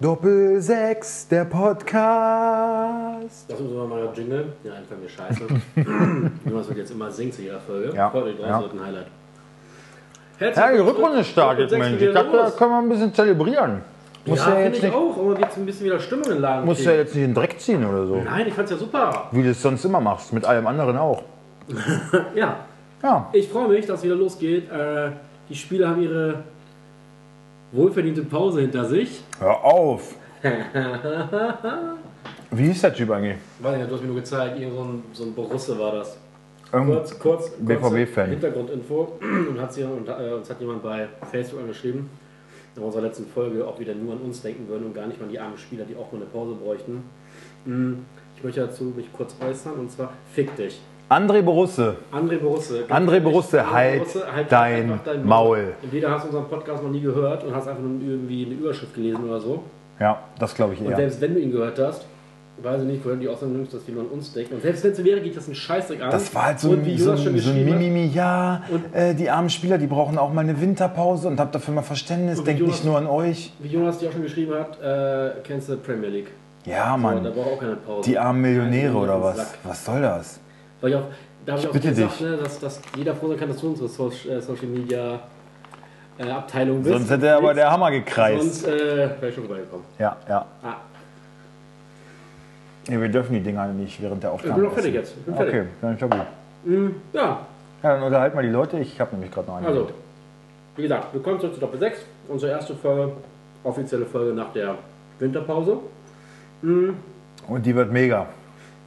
Doppel 6, der Podcast. Das müssen wir mal jingeln. Den einen fand mir scheiße. Jonas wird jetzt immer singen zu jeder Folge. Ja, Freut euch drauf, ja. wird ein Highlight. Ja, die Rückrunde startet, Doppel sechs Mensch. wieder Ich dachte, da los. können wir ein bisschen zelebrieren. Muss ja, ja, finde jetzt ich nicht, auch. Aber jetzt ein bisschen wieder Stimmung in Lagen. muss ja kriegen. jetzt nicht in den Dreck ziehen oder so. Nein, ich fand's ja super. Wie du es sonst immer machst, mit allem anderen auch. Ja, Ja, ich freue mich, dass es wieder losgeht. Äh, die Spieler haben ihre wohlverdiente Pause hinter sich. hör auf. Wie ist der Typ eigentlich? Weiß nicht, du hast mir nur gezeigt, irgend so ein, so ein Borusse war das. Irgend- Kurz, kurz, kurz BVB-Fan. Hintergrundinfo. Und hat sie, und, äh, uns hat jemand bei Facebook angeschrieben, in unserer letzten Folge, ob wir denn nur an uns denken würden und gar nicht mal an die armen Spieler, die auch mal eine Pause bräuchten. Mm, Ich möchte dazu mich kurz äußern und zwar fick dich. André Borusse. André Borusse. ganz André ehrlich, Borusse, André halt einfach dein Maul. Entweder hast du unseren Podcast noch nie gehört und hast einfach nur irgendwie eine Überschrift gelesen oder so. Ja, das glaube ich Und eher. selbst wenn du ihn gehört hast, weiß ich nicht, woher du die Aussage nimmst, dass wir nur an uns denken. Und selbst wenn es so wäre, geht das einen Scheißdreck an. Das war halt so und wie ein, so Jonas schon ein, so ein geschrieben hat, Mimimi, ja, äh, die armen Spieler, die brauchen auch mal eine Winterpause und habt dafür mal Verständnis, Und denkt Jonas- nicht nur an euch. Wie Jonas dir auch schon geschrieben hat, äh, kennst du Premier League. Ja, So, da Mann, braucht auch keine Pause. die armen Millionäre Also, oder was? Sack. Was soll das? Weil ich auch, da habe ich auch bitte gesagt, dich. ne, dass, dass jeder froh sein kann, dass du unsere Social, äh, Social Media äh, Abteilung bist. Sonst hätte er aber der Hammer gekreist. Sonst äh, wäre ich schon vorbeigekommen. Ja, ja. Ah, Nee, wir dürfen die Dinger nicht während der ich Aufnahme. bin auch fertig essen. jetzt. Ich bin fertig. Okay, dann ist ja gut. Mm, ja, Ja, dann unterhalt mal die Leute. Ich habe nämlich gerade noch einen. also, wie gesagt, willkommen zurück zu Doppel 6. Unsere erste Folge, offizielle Folge nach der Winterpause. Und die wird mega.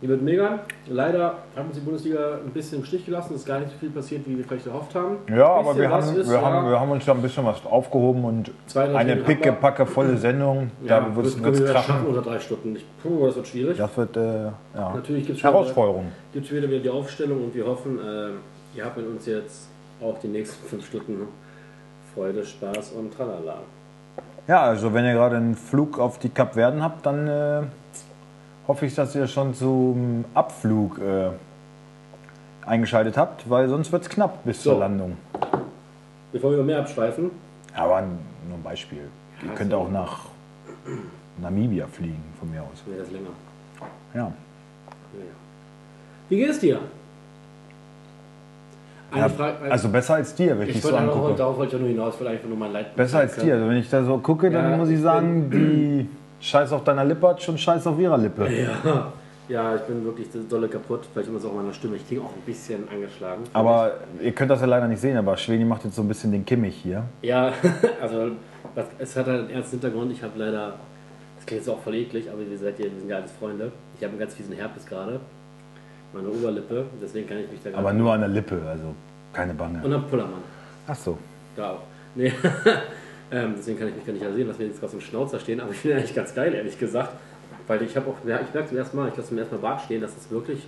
Die wird mega. Leider hat uns die Bundesliga ein bisschen im Stich gelassen. Es ist gar nicht so viel passiert, wie wir vielleicht gehofft haben. Ja, aber Bisschen wir was haben, ist, wir, ja. haben, wir haben uns da ein bisschen was aufgehoben und Zwei, drei eine Themen haben pickepacke volle Sendung. da wird können es wir das krachen. schaffen unter drei Stunden nicht. Puh, das wird schwierig. Das wird äh, ja. Natürlich gibt es Herausforderung. Gibt's wieder wieder die Aufstellung und wir hoffen, äh, ihr habt mit uns jetzt auch die nächsten fünf Stunden Freude, Spaß und tralala. Ja, also wenn ihr gerade einen Flug auf die Kapverden habt, dann äh, hoffe ich, dass ihr schon zum Abflug äh, eingeschaltet habt, weil sonst wird es knapp bis zur So. Landung. Bevor wir noch mehr abschweifen, Aber nur ein Beispiel. Ihr Ach könnt so. auch nach Namibia fliegen, von mir aus. wird das länger. Ja. Naja. Wie geht es dir? Eine ja Frage. eine- also besser als dir, wenn ich, ich dich so wollte einfach angucke. nur, darauf wollte ich ja nur hinaus, ich wollte einfach nur mein Leid. Besser als dir. Also wenn ich da so gucke, Ja, dann muss ich ich sagen, die Scheiß auf deiner Lippe hat schon Scheiß auf ihrer Lippe. Ja. ja, ich bin wirklich dolle kaputt. Vielleicht immer so auch meiner Stimme. Ich klinge auch ein bisschen angeschlagen. Aber ihr könnt das ja leider nicht sehen, aber Schweni macht jetzt so ein bisschen den Kimmich hier. Ja, also das, es hat halt einen ernsten Hintergrund. Ich habe leider, das klingt jetzt auch voll eklig, aber wir, seid ja, wir sind ja alles Freunde. Ich habe einen ganz fiesen Herpes gerade. Meine Oberlippe, deswegen kann ich mich da gar Aber nicht. nur an der Lippe, also keine Bange. Und am Pullermann, Ach so. da auch. Nee. ähm, deswegen kann ich mich gar nicht sehen, dass wir jetzt gerade so einen Schnauzer stehen. Aber ich finde eigentlich ganz geil, ehrlich gesagt. Weil ich habe auch, ja, ich merke zum ersten Mal, ich lasse zum ersten Mal Bart stehen, dass das wirklich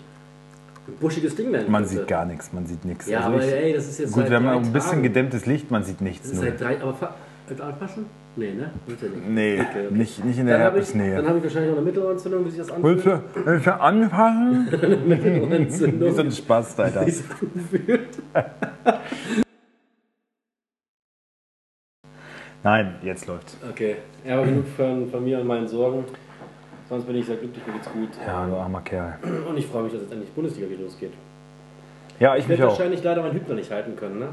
ein buschiges Ding werden Man könnte. sieht gar nichts, man sieht nichts. Ja, Also aber ich- ey, das ist jetzt Gut, seit wir haben drei auch ein bisschen Tagen. gedämmtes Licht, man sieht nichts. Das ist Nur. seit drei, aber fa- als anpassen? Nee, ne? Wird ja nicht. Nee, okay. Nicht, nicht in der Dann habe ich, dann Herpesnähe. hab ich wahrscheinlich noch eine Mittelohrentzündung, wie sich das anfühlt. Willst du, willst du anfangen? Wie so Mittelohrentzündung, ein Spaß, Alter. wie sich das anfühlt. Nein, jetzt läuft's. Okay, ja, aber genug von, von mir und meinen Sorgen. Sonst bin ich sehr glücklich, mir geht's gut. Ja, du armer Kerl. Und ich freue mich, dass jetzt endlich Bundesliga wieder losgeht. Ja, ich Ich mich werde auch. wahrscheinlich leider meinen Hübner nicht halten können, ne?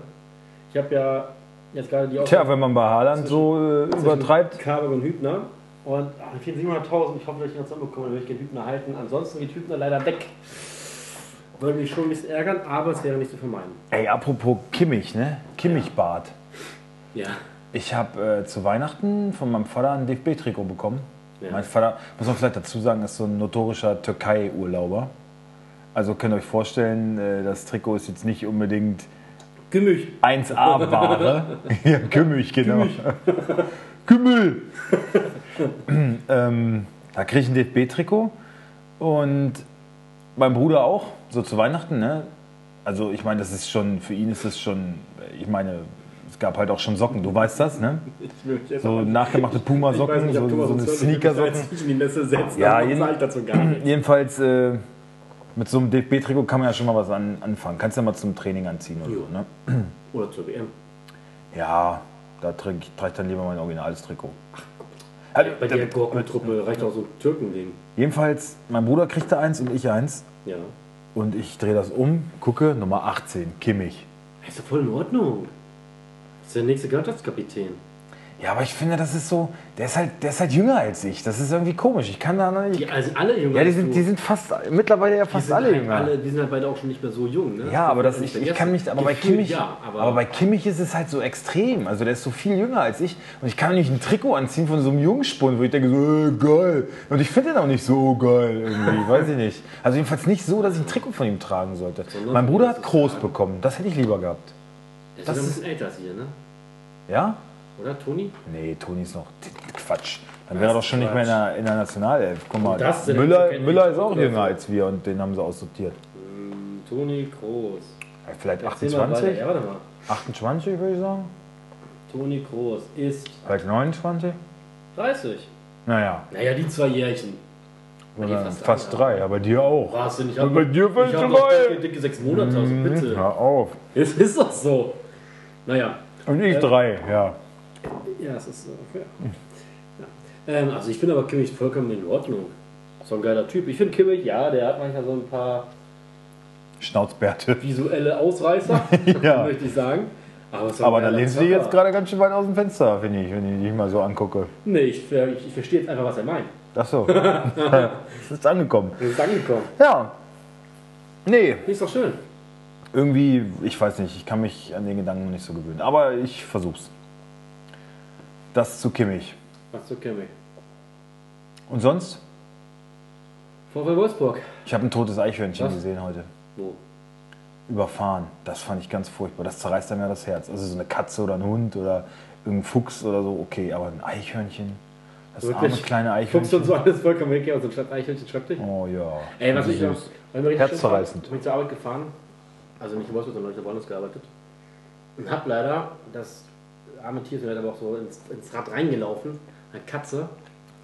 Ich habe ja jetzt gerade die Tja, wenn man bei Haaland so äh, übertreibt. Kabe und Hübner. Und ach, ich kriege 700.000, ich hoffe, dass ich ihn noch zusammenbekomme, dann würde ich den Hübner halten. Ansonsten geht Hübner leider weg. Würde mich schon ein bisschen ärgern, aber es wäre nicht zu vermeiden. Ey, apropos Kimmich, ne? Kimmichbart. Ja. Ich habe äh, zu Weihnachten von meinem Vater ein DFB-Trikot bekommen. Ja. Mein Vater, muss man vielleicht dazu sagen, ist so ein notorischer Türkei-Urlauber. Also könnt ihr euch vorstellen, äh, das Trikot ist jetzt nicht unbedingt Gemüch. 1A-Ware. ja, Kümmig, genau. Kümmel! ähm, da kriege ich ein DFB-Trikot und mein Bruder auch, so zu Weihnachten. Ne? Also ich meine, das ist schon, für ihn ist es schon, ich meine, es gab halt auch schon Socken, du weißt das, ne? Ich will mich jetzt So nachgemachte Ich weiß Puma-Socken, nicht, ob so, Thomas so eine uns hört, ich will mich da Sneaker-Socken. jetzt nicht in die Nässe setzen, Ja, aber jeden- sag ich dazu gar nicht. Jedenfalls äh, mit so einem DFB-Trikot kann man ja schon mal was an, anfangen. Kannst ja mal zum Training anziehen oder so, ne? Oder zur WM. Ja, da trage ich, trage ich dann lieber mein originales Trikot. Also, Bei der Gurkentruppe reicht auch so ein Türkending. jedenfalls, mein Bruder kriegte eins und ich eins. Ja. Und ich drehe das um, gucke, Nummer 18, Kimmich. Ist doch voll in Ordnung. Ist der nächste Mannschaftskapitän. Ja, aber ich finde, das ist so, der ist halt, der ist halt jünger als ich. Das ist irgendwie komisch. Ich kann da noch nicht. Die also alle jünger. Ja, die als du. sind, die sind fast, mittlerweile ja Die fast sind alle halt jünger. alle- Die sind halt beide auch schon nicht mehr so jung. Ne? Ja, aber das, darf ich, man ich nicht kann mich, vergessen. aber bei Gefühlt Kimmich, Ja, aber, aber, bei Kimmich ist es halt so extrem. Also der ist so viel jünger als ich und ich kann doch nicht ein Trikot anziehen von so einem Jungspund, wo ich denke so, äh, geil. Und ich finde den auch nicht so geil irgendwie, weiß ich nicht. Also jedenfalls nicht so, dass ich ein Trikot von ihm tragen sollte. Sondern mein Bruder du hat musst es halt. groß tragen. bekommen, das hätte ich lieber gehabt. das, das ist ein ist- bisschen älter als ihr, ne? Ja? Oder, Toni? Nee, Toni ist noch Quatsch. Dann wäre er Das doch schon nicht mehr Quatsch. in der, in der Nationalelf. Guck mal, Das sind- Müller, kenn ich Müller ist auch oder so. jünger als wir und den haben sie aussortiert. Hm, Toni Groß. Ja, Vielleicht Erzähl mal weiter. 28? Ja, warte mal. 28 würde ich sagen. Toni Groß ist Vielleicht 29? 30. Naja, Naja, die zwei Jährchen. Bei dir Oder fast fast, alle. drei, aber dir auch. Warst du nicht Und bei dir fällt ich hab schon Mhm, noch rein. dicke, dicke sechs Monate, also bitte. Hör auf. Es ist doch so. Naja, Und ich Ja. drei, ja. Ja, es ist so, okay. Ja. Ähm, also ich finde aber Kimmich vollkommen in Ordnung. So ein geiler Typ. Ich finde Kimmich, ja, der hat manchmal so ein paar Schnauzbärte. visuelle Ausreißer, Ja. möchte ich sagen. Aber, es ist ein Aber da geiler lehnst du dich jetzt Zocker. gerade ganz schön weit aus dem Fenster, finde ich, wenn ich dich mal so angucke. Nee, ich, ver- ich, ich verstehe jetzt einfach, was er meint. Ach so. es ist angekommen. Das ist angekommen. Ja. Nee, Ist doch schön. irgendwie, ich weiß nicht, ich kann mich an den Gedanken noch nicht so gewöhnen. Aber ich versuch's. Das zu Kimmich. Was zu Kimmich. Und sonst? VfL Wolfsburg. Ich habe ein totes Eichhörnchen Was? gesehen heute. Wo? überfahren. Das fand ich ganz furchtbar. Das zerreißt einem ja das Herz. Also so eine Katze oder ein Hund oder irgendein Fuchs oder so, okay, aber ein Eichhörnchen, das arme kleine Guckst du Eichhörnchen. uns so an, das ist vollkommen weg hier aus dem Stadt Eichhörnchen Schreibtisch? Oh ja. Also, Ey, was ich noch. Süß. weil mir richtig Herzzerreißend. schön war, Ich bin zur Arbeit gefahren. Also nicht in Wolfsburg, sondern ich habe woanders gearbeitet. Und hab leider das arme Tier, ist mir leider aber auch so ins, ins Rad reingelaufen. Eine Katze.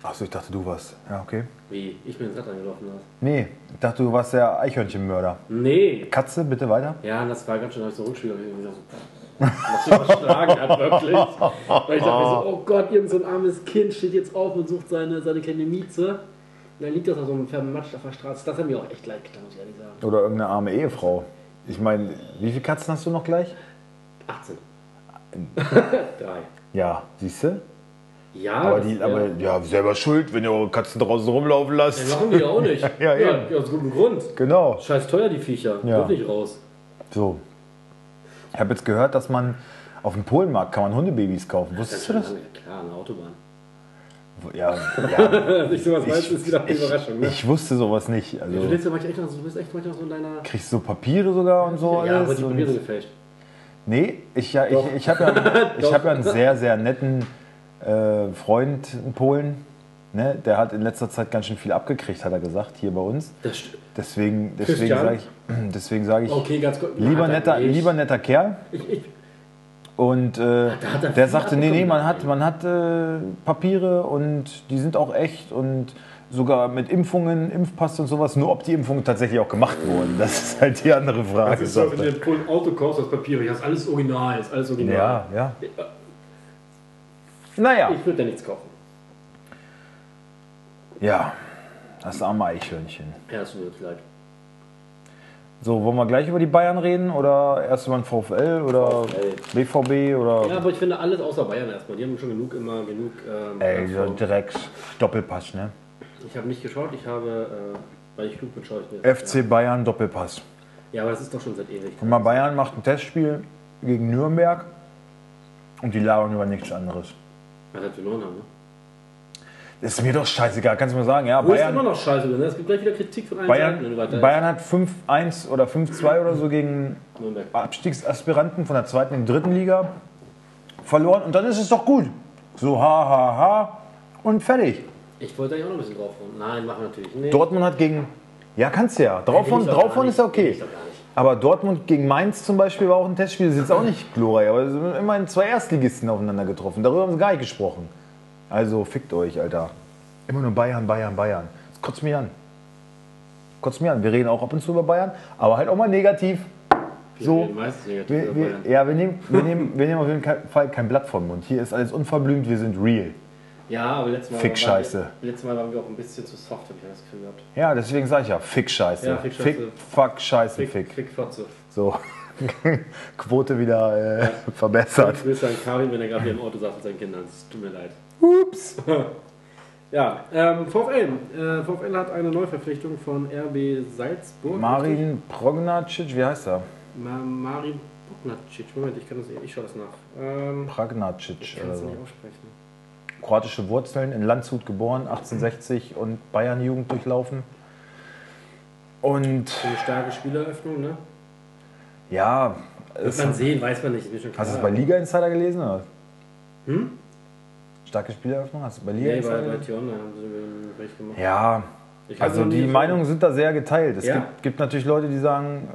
Achso, ich dachte, du warst. Ja, okay. Wie? Ich bin ins Rad reingelaufen. Oder? was? Nee, ich dachte, du warst der Eichhörnchenmörder. Nee. Katze, bitte weiter. Ja, und das war ganz schön, da hab ich so Rückspiel. hab Ich gesagt, so, was überschlagen hat, wirklich. Weil ich dachte mir so, oh Gott, irgend so ein armes Kind steht jetzt auf und sucht seine, seine kleine Mieze. Und dann liegt das auf so einem Matsch auf der Straße. Das hat mir auch echt leid getan, muss ich ehrlich sagen. Oder irgendeine arme Ehefrau. Ich meine, wie viele Katzen hast du noch gleich? 18. Drei. Ja, siehst du? Ja, Aber, das die, wär- aber ja, selber schuld, wenn ihr eure Katzen draußen rumlaufen Ja, lasst. machen die ja auch nicht. Ja, eben. ja, aus gutem Grund. Genau. Scheiß teuer, die Viecher. Ja. Wird nicht raus. So. Ich habe jetzt gehört, dass man auf dem Polenmarkt kann man Hundebabys kaufen. Wusstest du das? Ja, klar, eine Autobahn. Ja, ja Dass ich sowas weiß, ich, ist wieder eine ich, Überraschung. Ne? ich wusste sowas nicht. Du, Also lebst ja manchmal echt noch, so- du bist echt manchmal so in deiner. kriegst so Papiere sogar und so ja, aber alles. die und- Papiere sind gefälscht. nee, ich, ja, ich, ich habe ja, ich Doch. hab ja einen sehr, sehr netten äh, Freund in Polen. Ne? Der hat in letzter Zeit ganz schön viel abgekriegt, hat er gesagt, hier bei uns. Das stimmt. Deswegen, deswegen Christian? sage ich, deswegen sag ich Okay, ganz kurz. lieber, Hat er netter, nicht. lieber netter Kerl. Ich, ich, Und äh, hat er der viel sagte, nee, nee, abbekommen, man ne? hat, man hat äh, Papiere und die sind auch echt und sogar mit Impfungen, Impfpass und sowas, nur ob die Impfungen tatsächlich auch gemacht wurden. Das ist halt die andere das Frage. ist so, sagt wenn er. du ein Auto kaufst, das Papier, das ist alles original. Ist alles original. ja, ja. Naja, Ich würde da nichts kaufen. ja, das arme Eichhörnchen. Ja, das tut mir wirklich leid. So, wollen wir gleich über die Bayern reden oder erst über den VfL oder VfL. BVB oder... Ja, aber ich finde alles außer Bayern erstmal. Die haben schon genug, immer genug. Ähm, Ey, dieser Plattform. Drecks-Doppelpass, ne? ich habe nicht geschaut, ich habe, äh, weil ich klug bin, schaue ich mir. das an. FC Bayern Doppelpass. Ja, aber das ist doch schon seit ewig. Guck mal, Bayern macht ein Testspiel gegen Nürnberg und die labern über nichts anderes. Weil das verloren haben, ne? Ist mir doch scheißegal, kannst du mir sagen, ja, Wo ist immer Bayern, noch scheiße drin? ne? Es gibt gleich wieder Kritik von allen Seiten, wenn Bayern, du weiter Bayern hat 5-1 oder 5-2 oder so gegen Nürnberg. Abstiegsaspiranten von der zweiten und dritten Liga verloren und dann ist es doch gut. So ha ha ha und fertig. Ich wollte eigentlich auch noch ein bisschen draufhauen. Nein, machen wir natürlich nicht. Dortmund hat gegen, ja kannst du ja, Bin draufhauen, ich doch gar draufhauen nicht. ist ja Bin okay. ich doch gar nicht. Aber Dortmund gegen Mainz zum Beispiel war auch ein Testspiel. Das ist jetzt auch nicht glorreich, aber es sind immerhin zwei Erstligisten aufeinander getroffen. Darüber haben sie gar nicht gesprochen. Also fickt euch, Alter. Immer nur Bayern, Bayern, Bayern. Das kotzt mich an. Kotzt mich an. Wir reden auch ab und zu über Bayern, aber halt auch mal negativ. Wir So. reden meistens negativ Wir, über wir, Bayern. ja, wir nehmen, wir, nehmen, wir nehmen auf jeden Fall kein Blatt vom Mund. Hier ist alles unverblümt, wir sind real. Ja, aber letztes Mal, Fick-Scheiße. waren wir, letztes Mal waren wir auch ein bisschen zu soft, habe ich das Gefühl gehabt. Ja, deswegen sage ich ja, Fick Scheiße. Ja, Fick, Fick Scheiße. fuck Scheiße, Fick. Fick Fotze. So. Quote wieder äh, verbessert. Grüße an Karin, wenn er gerade hier im Auto saß mit seinen Kindern. Es tut mir leid. Ups. Ja, ähm, VfL. Äh, VfL hat eine Neuverpflichtung von RB Salzburg. Marin Prognacic, wie heißt er? Ma Marin Bognacic. Moment, ich kann das eh- ich schaue das nach. Ähm, ich Prognacic kann oder es nicht so. aussprechen. Kroatische Wurzeln, in Landshut geboren, 1860 und Bayern-Jugend durchlaufen. Und Eine starke Spieleröffnung, ne? ja, Wird es, man hast sehen, weiß man nicht. Ist mir schon klar. du es Also bei Liga Insider gelesen? Oder? Hm? Starke Spieleröffnung? Hast du bei Liga Nee, bei, Insider bei gelesen? Tionne haben sie einen Bericht gemacht. Ja, Ich hab Also noch nie die gesehen. Meinungen sind da sehr geteilt. Es Ja. gibt, gibt natürlich Leute, die sagen,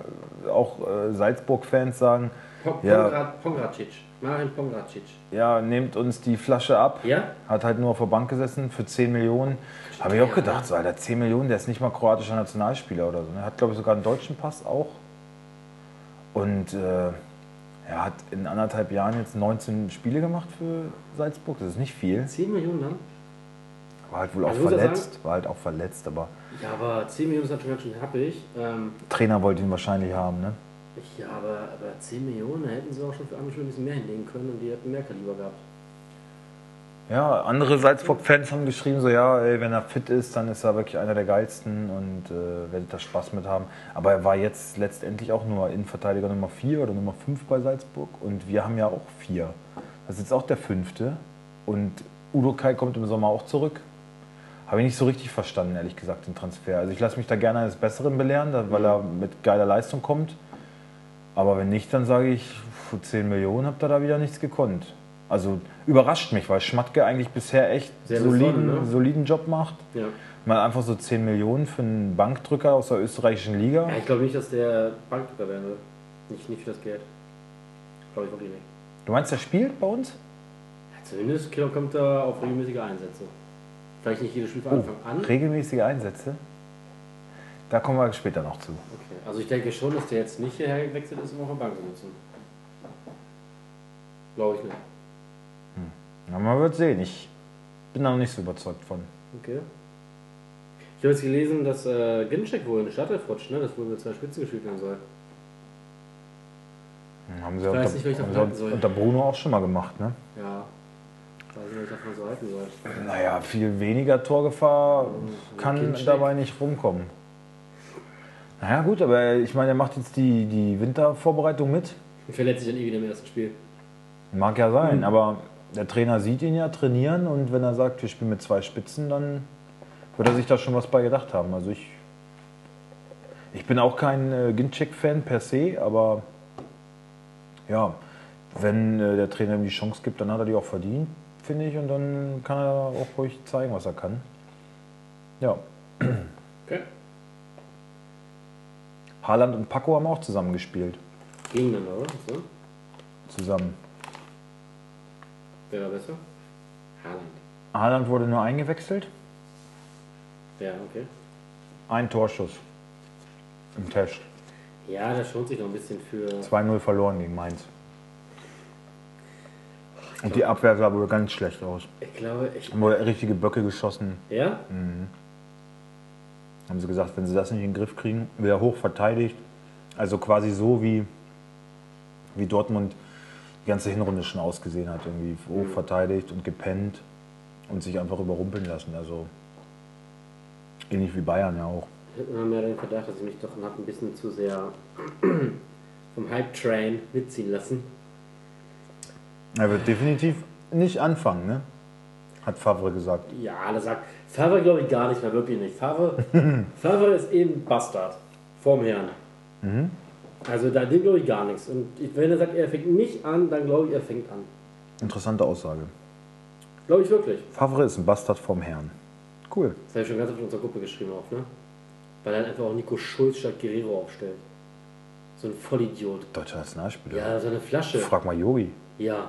äh, auch äh, Salzburg-Fans sagen, Po- Ja. Pongrad- Pongracic. Marin Pongracic. ja, nehmt uns die Flasche ab. Ja? Hat halt nur auf der Bank gesessen für 10 Millionen. Habe ich auch Ja. gedacht, so, Alter, 10 Millionen, der ist nicht mal kroatischer Nationalspieler oder so. ne? Hat, glaube ich, sogar einen deutschen Pass auch. Und äh, er hat in anderthalb Jahren jetzt 19 Spiele gemacht für Salzburg. Das ist nicht viel. 10 Millionen dann? War halt wohl auch Also muss er verletzt. War halt auch verletzt, aber Ja, aber 10 Millionen ist natürlich ganz schön happig. Ähm, Trainer wollte ihn wahrscheinlich haben, ne? ja, aber, aber 10 Millionen da hätten sie auch schon für andere schon ein bisschen mehr hinlegen können und die hätten mehr Kaliber gehabt. Ja, andere Salzburg-Fans haben geschrieben, so ja, ey, wenn er fit ist, dann ist er wirklich einer der geilsten und äh, werdet da Spaß mit haben. Aber er war jetzt letztendlich auch nur Innenverteidiger Nummer 4 oder Nummer 5 bei Salzburg und wir haben ja auch vier. Das ist jetzt auch der fünfte und Udo Kai kommt im Sommer auch zurück. Habe ich nicht so richtig verstanden, ehrlich gesagt, den Transfer. Also ich lasse mich da gerne eines Besseren belehren, da- weil er mit geiler Leistung kommt. Aber wenn nicht, dann sage ich, für 10 Millionen habt ihr da wieder nichts gekonnt. Also überrascht mich, weil Schmatke eigentlich bisher echt Sehr soliden, besonnen, ne? soliden Job macht. Ja. Mal einfach so 10 Millionen für einen Bankdrücker aus der österreichischen Liga. ja ich glaube nicht, dass der Bankdrücker werden wird. Nicht, nicht für das Geld. Glaube ich wirklich nicht. Du meinst, der spielt bei uns? Ja, zumindest kommt er auf regelmäßige Einsätze. Vielleicht nicht jedes Spiel von Oh, Anfang an. Okay. regelmäßige Einsätze? Da kommen wir später noch zu. Also ich denke schon, dass der jetzt nicht hierher gewechselt ist, um auf der Bank zu sitzen. Glaube ich nicht. Na, man wird sehen. Ich bin da noch nicht so überzeugt von. Okay. Ich habe jetzt gelesen, dass äh, Ginczek wohl in Stadtelfrutsch, ne, das wohl mit zwei Spitzen gespielt werden soll. Haben sie, Ich unter, weiß nicht, was ich davon haben halten sie soll. unter Bruno auch schon mal gemacht, ne? Ja. Weiß nicht, was ich davon so halten soll. Naja, viel weniger Torgefahr kann Kind dabei nicht rumkommen. Naja, gut, aber ich meine, er macht jetzt die, die Wintervorbereitung mit. Und verletzt sich dann eh wieder im ersten Spiel. Mag ja sein, aber der Trainer sieht ihn ja trainieren und wenn er sagt, wir spielen mit zwei Spitzen, dann wird er sich da schon was bei gedacht haben. Also ich, ich bin auch kein äh, Ginczek-Fan per se, aber ja, wenn äh, der Trainer ihm die Chance gibt, dann hat er die auch verdient, finde ich, und dann kann er auch ruhig zeigen, was er kann. Ja, Okay. Haaland und Paco haben auch zusammen gespielt. Gegeneinander, oder? So. Zusammen. Wer war besser? Haaland. Haaland wurde nur eingewechselt, Ja, okay. ein Torschuss im Test. Ja, das schont sich noch ein bisschen für. 2-0 verloren gegen Mainz. Und die Abwehr sah wohl ganz schlecht aus. Ich glaube, ich. Haben wohl richtige Böcke geschossen. Ja? Haben sie gesagt, wenn sie das nicht in den Griff kriegen, wieder hoch verteidigt. Also quasi so, wie, wie Dortmund die ganze Hinrunde schon ausgesehen hat. Irgendwie hoch verteidigt und gepennt und sich einfach überrumpeln lassen. Also ähnlich wie Bayern ja auch. Ich habe immer mehr den Verdacht, dass ich mich doch noch ein bisschen zu sehr vom Hype-Train mitziehen lassen. Er wird definitiv nicht anfangen, ne? Hat Favre gesagt. Ja, das sagt Favre, glaube ich, gar nicht mehr, wirklich nicht. Favre, Favre ist eben Bastard. Vorm Herrn. Also da dem glaube ich gar nichts. Und ich- wenn er sagt, er fängt nicht an, dann glaube ich, er fängt an. Interessante Aussage. Glaube ich wirklich. Favre ist ein Bastard vom Herrn. Cool. Das habe ich schon ganz oft in unserer Gruppe geschrieben auch, ne? Weil dann einfach auch Nico Schulz statt Guerrero aufstellt. So ein Vollidiot. Deutscher Nationalspieler. Ja, so eine Flasche. Frag mal Yogi. Ja.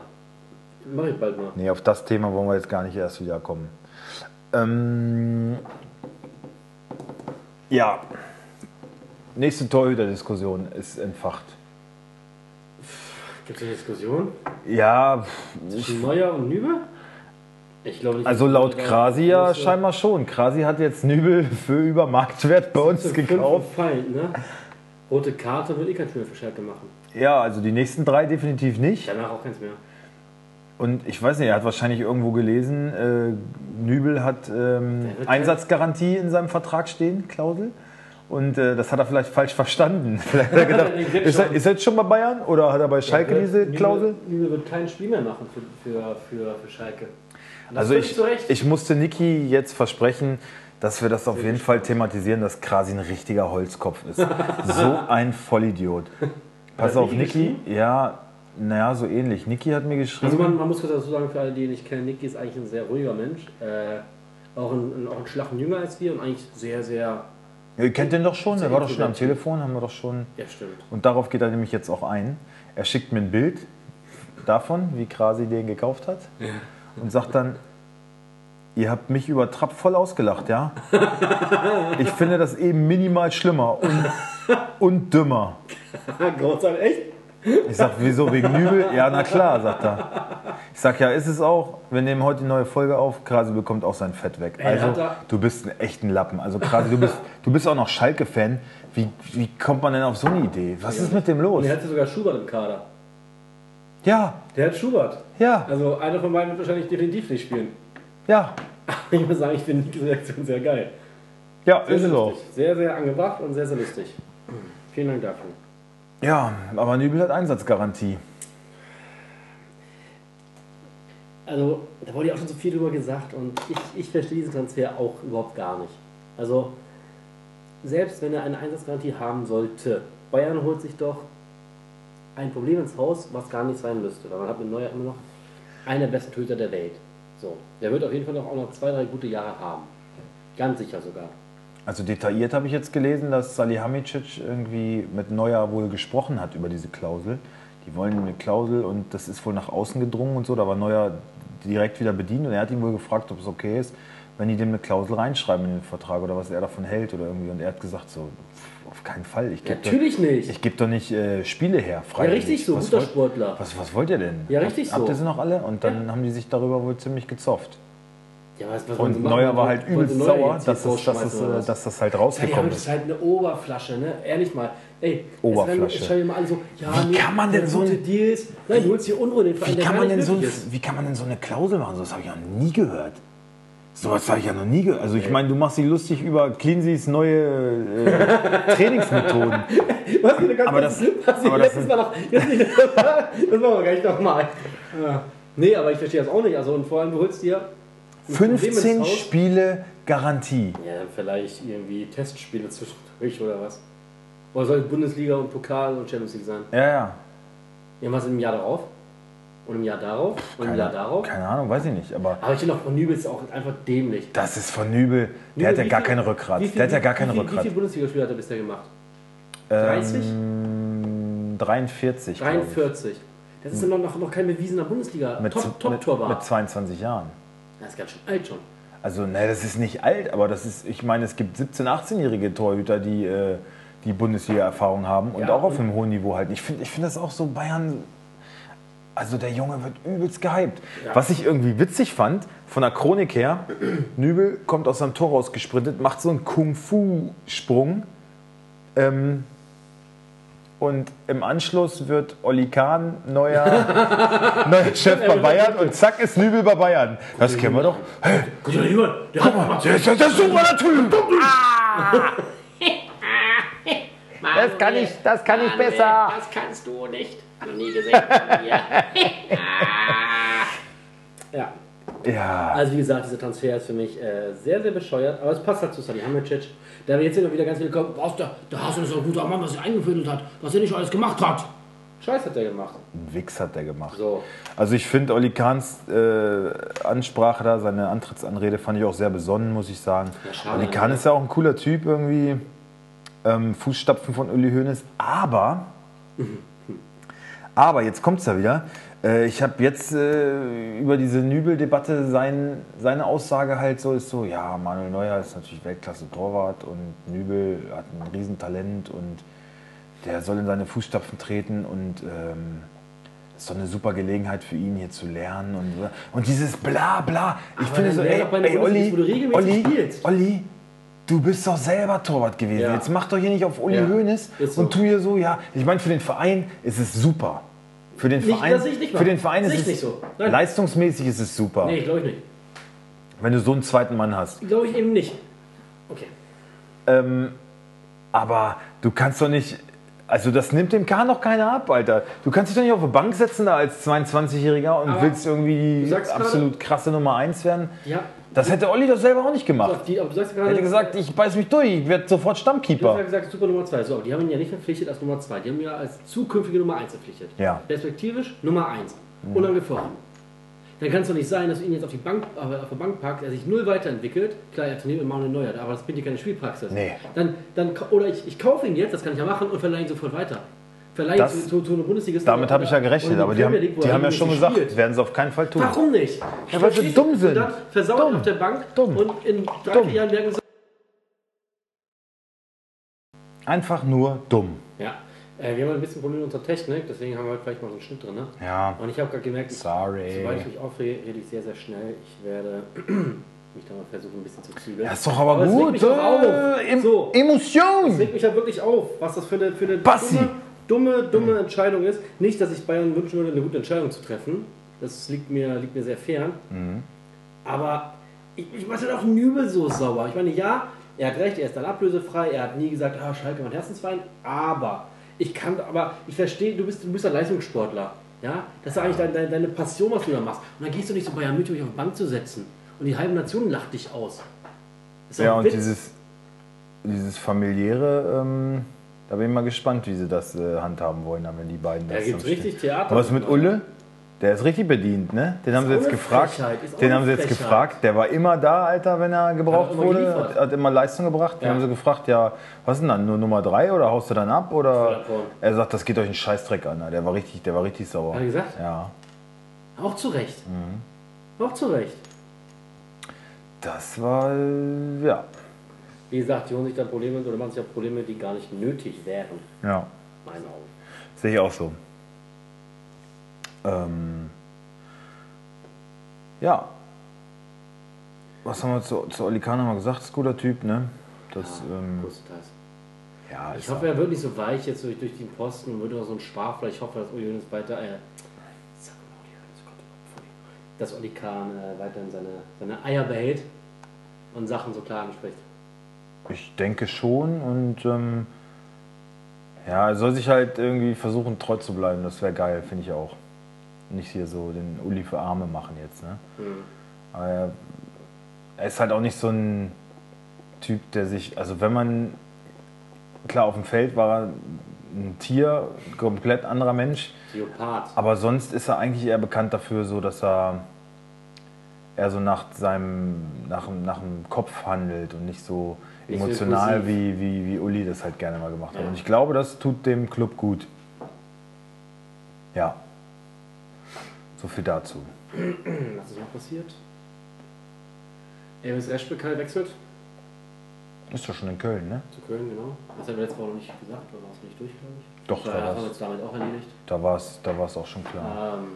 Mach ich bald mal. Nee, auf das Thema wollen wir jetzt gar nicht erst wiederkommen. Ähm, ja. Nächste Torhüter-Diskussion ist entfacht. Gibt es eine Diskussion? Ja, pff, Zwischen Neuer und Nübe? Ich glaube nicht. Also laut Aber Krasi ja muss, äh, scheinbar schon. Krasi hat jetzt Nübel für über Marktwert bei uns fünf gekauft. und Fein, ne? Rote Karte wird eh kein Spiel mehr für Schalke machen. Ja, also die nächsten drei definitiv nicht. Danach auch keins mehr. Und ich weiß nicht, er hat wahrscheinlich irgendwo gelesen, äh, Nübel hat ähm, Der wird Einsatzgarantie in seinem Vertrag stehen, Klausel. Und äh, das hat er vielleicht falsch verstanden. Vielleicht hat er gedacht, Den gibt's ist, er, schon. ist er jetzt schon bei Bayern oder hat er bei Schalke Der wird- diese Nübel- Klausel? Nübel wird kein Spiel mehr machen für, für, für, für Schalke. Und das Also völlig ich, zu Recht. ich musste Niki jetzt versprechen, dass wir das auf jeden Fall thematisieren, dass Krasi ein richtiger Holzkopf ist. so ein Vollidiot. Pass Hat auf, Niki Niki, ja, naja, so ähnlich. Niki hat mir Also man, geschrieben. man muss kurz dazu sagen, für alle, die ihn nicht kennen, Nicky ist eigentlich ein sehr ruhiger Mensch. Äh, auch ein, ein, auch ein Schlachten jünger als wir und eigentlich sehr, sehr. Ihr kennt den doch schon, der war doch schon am intelligent. Telefon, haben wir doch schon. Ja, stimmt. Und darauf geht er nämlich jetzt auch ein. Er schickt mir ein Bild davon, wie Krasi den gekauft hat. Und sagt dann, ihr habt mich über Trapp voll ausgelacht, ja? Ich finde das eben minimal schlimmer und, und dümmer. Großartig, echt? Ich sag, wieso, wegen Nübel? Ja, na klar, sagt er. Ich sag, ja, ist es auch. Wir nehmen heute die neue Folge auf. Krasi bekommt auch sein Fett weg. Ey, Also, hat er- du bist ein echten Lappen. Also, Krasi, du bist, du bist auch noch Schalke-Fan. Wie, wie kommt man denn auf so eine Idee? Was ist mit dem los? Und er hatte sogar Schubert im Kader. Ja, Der hat Schubert. ja, Also einer von beiden wird wahrscheinlich definitiv nicht spielen. ja. Ich muss sagen, ich finde Nickys Reaktion sehr geil. Ja, Sehr, ist sehr es auch. lustig. Sehr, sehr angebracht und sehr, sehr lustig. Vielen Dank dafür. Ja, aber Nübel hat Einsatzgarantie. Also, da wurde ja auch schon so viel drüber gesagt und ich, ich verstehe diesen Transfer auch überhaupt gar nicht. Also, selbst wenn er eine Einsatzgarantie haben sollte, Bayern holt sich doch ein Problem ins Haus, was gar nicht sein müsste, weil man hat mit Neuer immer noch einen der besten Töter der Welt. So, der wird auf jeden Fall noch, auch noch zwei, drei gute Jahre haben. Ganz sicher sogar. Also detailliert habe ich jetzt gelesen, dass Salihamidzic irgendwie mit Neuer wohl gesprochen hat über diese Klausel. Die wollen eine Klausel und das ist wohl nach außen gedrungen und so. Da war Neuer direkt wieder bedient und er hat ihn wohl gefragt, ob es okay ist, wenn die dem eine Klausel reinschreiben in den Vertrag oder was er davon hält oder irgendwie. Und er hat gesagt so, pff, auf keinen Fall. Ich gebe doch, Natürlich nicht. ich geb doch nicht äh, Spiele her. Ja, freiwillig. richtig so, was guter wollt- Sportler. was, was wollt ihr denn? Ja, richtig Habt so. ihr sie noch alle? Und dann haben die sich darüber wohl ziemlich gezofft. Ja, was, was wollen sie Und machen? Neuer war halt Wollen sie übelst Neuer sauer, jetzt hier dass es, dass, rausschmeißen es, oder äh, was? dass das halt Ja, die haben rausgekommen das ist. halt eine Oberflasche, ne? Ehrlich mal. Ey, Oberflasche. Jetzt schreiben wir mal alle so, ja, Wie kann man der denn so gute ein- Deals. Nein, du holst hier Unruhe in den Verein, Wie der kann, gar man nicht denn so, ein- glücklich ist. wie kann man denn so eine Klausel machen? So was habe ich ja noch nie gehört. Sowas habe ich ja noch nie gehört. Also ich meine, du machst dich lustig über Cleanseys neue äh, Trainingsmethoden. Was für eine ganz Aber das- aber was ich das letztes Mal noch. Jetzt nicht, das machen wir gleich nochmal. Ja. Nee, aber ich verstehe das auch nicht. Also, und vor allem, du holst dir. ein Problem 15 ins Haus. Spiele Garantie. Ja, dann vielleicht irgendwie Testspiele zwischendurch oder was. Oder soll es Bundesliga und Pokal und Champions League sein? Ja, ja. Ja, was im Jahr darauf? Und im Jahr darauf? Und im Jahr darauf? keine Ahnung, weiß ich nicht. Aber Aber ich finde auch von Nübel ist auch einfach dämlich. das ist von Nübel. Der hat ja Wie gar viel- kein Rückgrat. wie viel- Der hat ja gar wie kein viel- Wie Rückgrat. viele Bundesligaspiele hat er bisher gemacht? 30? Ähm, 43. glaub ich. 43. Das ist immer noch, noch kein bewiesener Bundesliga. Hm. Mit, Top- mit, Top-Torwart. mit 22 Jahren. das ist ganz schön alt schon. Also, ne, das ist nicht alt, aber das ist, ich meine, es gibt 17-, 18-jährige Torhüter, die äh, die Bundesliga-Erfahrung haben und Ja, auch auf und- einem hohen Niveau halten. Ich finde ich find das auch so Bayern. Also der Junge wird übelst gehypt. Ja. Was ich irgendwie witzig fand, von der Chronik her, Nübel kommt aus seinem Tor rausgesprintet, macht so einen Kung-Fu-Sprung. Ähm, und im Anschluss wird Olli Kahn neuer, neuer Chef bei Bayern und zack ist Nübel bei Bayern. Das kennen wir doch. Guck mal, Nübel, der hat mal. Der ist ja der super Typ. Ah. Das kann ich, das kann ich besser. Das kannst du nicht. Noch nie gesehen von mir. Ja. Ja, Also wie gesagt, dieser Transfer ist für mich äh, sehr, sehr bescheuert, aber es passt halt zu Salihamidzic. Da wir jetzt hier noch wieder ganz viele kommen, was, der, der Hasen ist doch ein guter Mann, was er eingefädelt hat, was er nicht alles gemacht hat. Scheiß hat er gemacht. einen Wichs hat der gemacht. So. Also ich finde Olli Kahns äh, Ansprache da, seine Antrittsanrede fand ich auch sehr besonnen, muss ich sagen. schade. Olli Kahn ist ja auch ein cooler Typ irgendwie. Ähm, Fußstapfen von Uli Hoeneß. Aber, aber jetzt kommt es ja wieder. Äh, ich habe jetzt äh, über diese Nübel-Debatte sein, seine Aussage halt so ist so, ja, Manuel Neuer ist natürlich Weltklasse-Torwart und Nübel hat ein Riesentalent und der soll in seine Fußstapfen treten und ähm, ist doch eine super Gelegenheit für ihn hier zu lernen und, so. und dieses bla bla. Ich Aber finde dann so, wär ey, doch bei einer ey Bundesliga, wo du Olli, regelmäßig Olli, spielst. Olli, du bist doch selber Torwart gewesen. Ja. Jetzt mach doch hier nicht auf Uli Ja, Hoeneß ist so. und tu hier so, ja. Ich meine, für den Verein ist es super. Für den Nicht- Verein, das sehe ich nicht mal. für den Verein Das ist sehe es ich nicht so. Nein. leistungsmäßig ist es super, Nee, glaube ich nicht. wenn du so einen zweiten Mann hast. Glaube ich eben nicht. Okay. Aber du kannst doch nicht. Also das nimmt dem Kahn doch keiner ab, Alter. Du kannst dich doch nicht auf eine Bank setzen da als 22-Jähriger und Aber willst irgendwie du die sagst gerade- absolut krasse Nummer 1 werden. Ja. Das hätte Olli doch selber auch nicht gemacht. Doch, die, aber du sagst Er gerade, hätte gesagt, ich beiß mich durch, ich werde sofort du hast ja Stammkeeper. gesagt, super Nummer 2. So, aber die haben ihn ja nicht verpflichtet als Nummer 2. Die haben ihn ja als zukünftige Nummer 1 verpflichtet. Ja. Mhm. Perspektivisch Nummer 1. Unangefochten. Dann kann es doch nicht sein, dass du ihn jetzt auf, die Bank, äh, auf der Bank packst, er sich null weiterentwickelt. Klar, er trainiert mit Manuel Neuer, aber das bringt dir keine Spielpraxis. Nee. Dann, dann, ka- oder ich, ich kaufe ihn jetzt, das kann ich ja machen, und verleihe ihn sofort weiter. Verleihe Das- ihn zu, zu, zu einer Bundesliga. Damit habe ich ja oder- gerechnet, oder aber die haben, Premier League, wo die er haben ja regelmäßig schon gesagt, spielt. werden sie auf keinen Fall tun. Warum nicht? Ja, weil sie dumm sind. Und dann versauen Dumm. auf der Bank Dumm. und in drei Dumm. Jahren merken sie. Einfach nur dumm. Ja, äh, wir haben ein bisschen Probleme mit unserer Technik, deswegen haben wir heute vielleicht mal so einen Schnitt drin. Ne? Ja, Und ich habe gerade gemerkt, sorry. sobald ich mich aufrege, rede ich sehr, sehr schnell. Ich werde mich da mal versuchen, ein bisschen zu zügeln. Das ist doch aber, Aber es regt gut. äh, mich doch auf. Em So. Das Emotion! regt mich ja wirklich auf, was das für eine, für eine Bassi. dumme, dumme, dumme Entscheidung ist. Nicht, dass ich Bayern wünschen würde, eine gute Entscheidung zu treffen. Das liegt mir, liegt mir sehr fern. Mhm. Aber ich, ich war dann auch übel so sauer. Ich meine, ja, er hat recht, er ist dann ablösefrei, er hat nie gesagt, ah, Schalke, mein Herzensverein, aber ich kann, aber ich verstehe, du bist, du bist ein Leistungssportler. Ja? Das ist eigentlich dein, dein, deine Passion, was du da machst. Und dann gehst du nicht zu Bayern München, um dich auf die Bank zu setzen. Und die halbe Nation lacht dich aus. Das ist doch Ja, ein und Witz. dieses, dieses familiäre, ähm, da bin ich mal gespannt, wie sie das äh, handhaben wollen, dann, wenn die beiden Da das gibt's dann stehen. richtig Theater. Aber was mit Ulle? Der ist richtig bedient, ne? Den haben sie auch jetzt eine gefragt. Frechheit, ist auch Den eine haben sie jetzt Frechheit. gefragt. Der war immer da, Alter, wenn er gebraucht Hat immer wurde. geliefert. Hat, hat immer Leistung gebracht. Den Ja. haben sie gefragt, ja, was ist denn dann? Nur Nummer 3 oder haust du dann ab? Oder Voller Korn. er sagt, das geht euch einen Scheißdreck an. Der war richtig, der war richtig sauer. Hat er gesagt? Ja. Auch zu Recht. Mhm. Auch zu Recht. Das war, äh, ja. Wie gesagt, die holen sich dann Probleme oder machen sich auch Probleme, die gar nicht nötig wären, Ja. in meinen Augen. Sehe ich auch so. Ähm, ja. Was haben wir zu, zu Oli Kahn mal gesagt? Ist ein guter Typ, ne? Das, ähm, Größtenteils. ja, ist Ich hoffe, er wird nicht so weich jetzt durch, durch den Posten und wird noch so ein Spar. Vielleicht hoffe, dass Uli Hoeneß weiter. Äh, sag mal, Uli Hoeneß, Gott, Gott, Gott. dass Oli Kahn äh, weiterhin seine, seine Eier behält und Sachen so klar anspricht. Ich denke schon und ähm, ja, er soll sich halt irgendwie versuchen, treu zu bleiben. Das wäre geil, finde ich auch. Nicht hier so den Uli für Arme machen jetzt. Ne? Aber er, er ist halt auch nicht so ein Typ, der sich, also wenn man, klar, auf dem Feld war er ein Tier, komplett anderer Mensch. Theopath. Aber sonst ist er eigentlich eher bekannt dafür, so dass er eher so nach seinem nach, dem- nach dem Kopf handelt und nicht so Nicht so emotional impulsiv. wie, wie, wie Uli das halt gerne mal gemacht hat. Ja. Und ich glaube, das tut dem Club gut. Ja. So viel dazu. Was ist noch passiert? Elvis Eschbekal wechselt Ist doch schon in Köln, ne? zu Köln, genau. Das haben wir letzte Woche noch nicht gesagt, oder war es nicht durch, glaube ich? Doch, Ja, war haben wir das. uns damit auch erledigt. Da war es da war's auch schon klar. Ähm,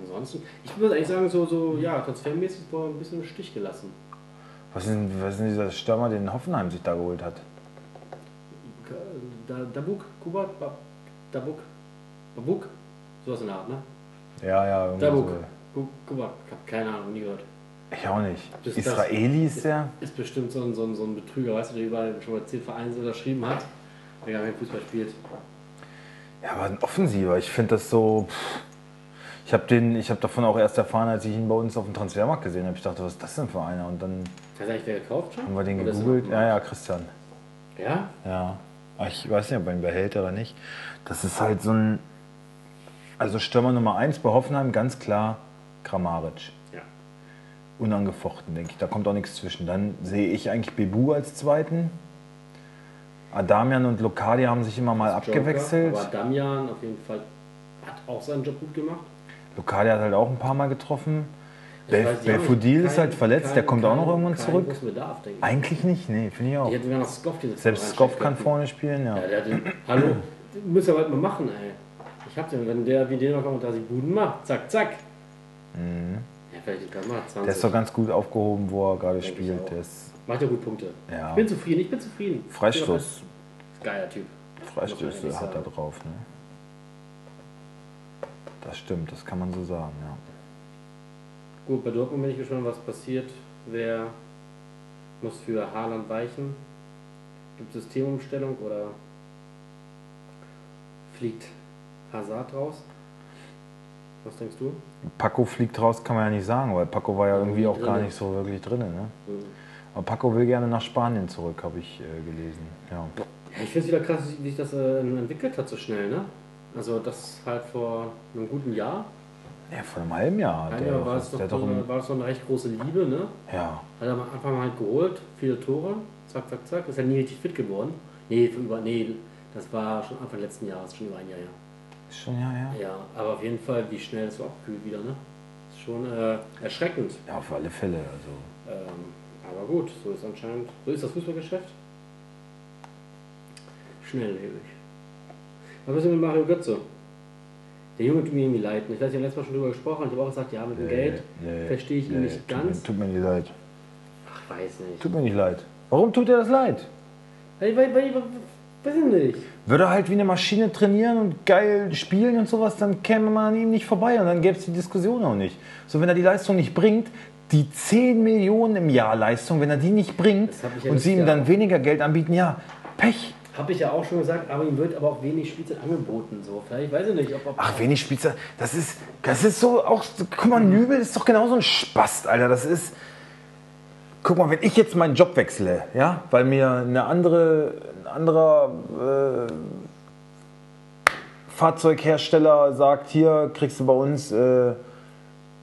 ansonsten, ich würde eigentlich sagen, so, so ja, transfermäßig war ein bisschen im Stich gelassen. Was ist, denn, was ist denn dieser Stürmer, den Hoffenheim sich da geholt hat? K- äh, Da, Dabuk, Kuba, Ba- Dabuk, Babuk, sowas in der Art, ne? Ja, ja, irgendwie Dabuk, so. Ku- Kuba, ich hab keine Ahnung, nie gehört. Ich auch nicht. Das- das- Israeli ist der? Ist bestimmt so ein, so ein, so ein Betrüger, weißt du, der überall schon mal zehn Vereine unterschrieben hat, der gar keinen Fußball spielt. Ja, aber ein Offensiver, ich finde das so. Pff. Ich habe hab davon auch erst erfahren, als ich ihn bei uns auf dem Transfermarkt gesehen habe. Ich dachte, was ist das denn für einer? Und dann Hat er eigentlich wer gekauft schon? haben wir den Oder ist er gegoogelt. noch- Ja, ja, Christian. Ja? Ja. Aber Ich weiß nicht, ob er ihn behält oder nicht. Das ist halt so ein. Also Stürmer Nummer 1 bei Hoffenheim, ganz klar Kramaric. Ja. Unangefochten, denke ich. Da kommt auch nichts zwischen. Dann sehe ich eigentlich Bebu als zweiten. Adamian und Lokadi haben sich immer mal abgewechselt. Joker, aber Damian auf jeden Fall hat auch seinen Job gut gemacht. Lokali hat halt auch ein paar Mal getroffen. Ich Bel weiß, die haben Belfodil ist keinen- halt verletzt, der keinen- kommt auch noch keinen- irgendwann keinen zurück. großen Bedarf, denke ich. Eigentlich nicht, nee, finde ich auch. Die hätten wir noch Skov die Selbst Skov kann vorne spielen, ja. Ja, der hat den, hallo, müssen wir halt mal machen, ey. Ich hab den, wenn der wie den noch kommt und da sie Buden macht, zack, zack. Ja, vielleicht nicht ganz mal 20. Mhm. Der ist doch ganz gut aufgehoben, wo er gerade Denke ich auch. spielt. Der ist Macht ja gut Punkte. Ja. Ich bin zufrieden, ich bin zufrieden. Freistoß. Geiler Typ. Muss man Freistöße ehrlich hat er sagen. drauf. Ne? Das stimmt, das kann man so sagen. Ja. Gut, bei Dortmund bin ich gespannt, was passiert. Wer muss für Haaland weichen? Gibt es Systemumstellung oder fliegt Hazard raus? Was denkst du? Paco fliegt raus, kann man ja nicht sagen, weil Paco war ja irgendwie auch gar Drinne. Mhm. nicht so wirklich drin. Ne? Aber Paco will gerne nach Spanien zurück, habe ich äh, gelesen. Ja. Ja, ich finde es wieder krass, wie sich das äh, entwickelt hat so schnell, ne? Also das halt vor einem guten Jahr. ja, vor einem halben Jahr. hat Ein er Jahr doch- war es der doch, hat doch so im- eine, war es doch eine recht große Liebe, ne? ja, Hat er am Anfang mal halt geholt, viele Tore, zack, zack, zack. Ist ja nie richtig fit geworden. Nee, von über, nee, das war schon Anfang letzten Jahres, schon über ein Jahr, ja. ist schon ja, ja. Ja, aber auf jeden Fall, wie schnell das so abkühlt wieder, ne? Ist schon äh, erschreckend. Ja, auf alle Fälle. Also. Ähm, aber gut, so ist anscheinend, so ist das Fußballgeschäft. Schnelllebig. Was müssen wir mit Mario Götze? Der Junge tut mir irgendwie leid. ne? Ich weiß, ich habe letztes Mal schon drüber gesprochen. Ich habe auch gesagt, ja, mit dem Geld verstehe ich ihn nicht tut ganz. Mir, tut mir nicht leid. Ach, weiß nicht. Tut mir nicht leid. Warum tut er das leid? Weil, weil, weil, weil, weiß ich nicht. Würde er halt wie eine Maschine trainieren und geil spielen und sowas, dann käme man an ihm nicht vorbei und dann gäbe es die Diskussion auch nicht. So, wenn er die Leistung nicht bringt, die 10 Millionen im Jahr Leistung, wenn er die nicht bringt Das hab ich ja und letztes sie ihm Jahr dann auch. weniger Geld anbieten, ja, Pech. Habe ich ja auch schon gesagt, aber ihm wird aber auch wenig Spielzeit angeboten. So. Vielleicht weiß ich nicht, ob, ob Ach, wenig Spielzeit, das ist, das ist so auch, guck mal, Nübel ist doch genauso ein Spast, Alter, das ist, guck mal, wenn ich jetzt meinen Job wechsle, ja, weil mir eine andere, ein anderer äh, Fahrzeughersteller sagt, hier kriegst du bei uns, äh,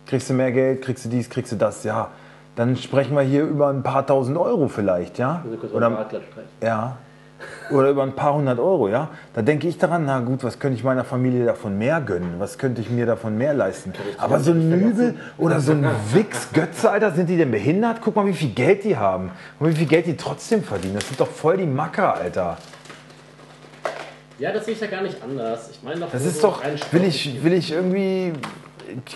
kriegst du mehr Geld, kriegst du dies, kriegst du das, ja. Dann sprechen wir hier über ein paar tausend Euro vielleicht, ja? Also kurz mal Oder, Bart glatt streichen. ja. Oder über ein paar hundert Euro, ja? Da denke ich daran, na gut, was könnte ich meiner Familie davon mehr gönnen? Was könnte ich mir davon mehr leisten? Aber so ein Nübel oder so ein Wix Götze, Alter, sind die denn behindert? Guck mal, wie viel Geld die haben und wie viel Geld die trotzdem verdienen. Das sind doch voll die Macker, Alter. Ja, das sehe ich ja gar nicht anders. Ich meine doch, Das nur ist so doch, rein sportlich will ich, will ich irgendwie,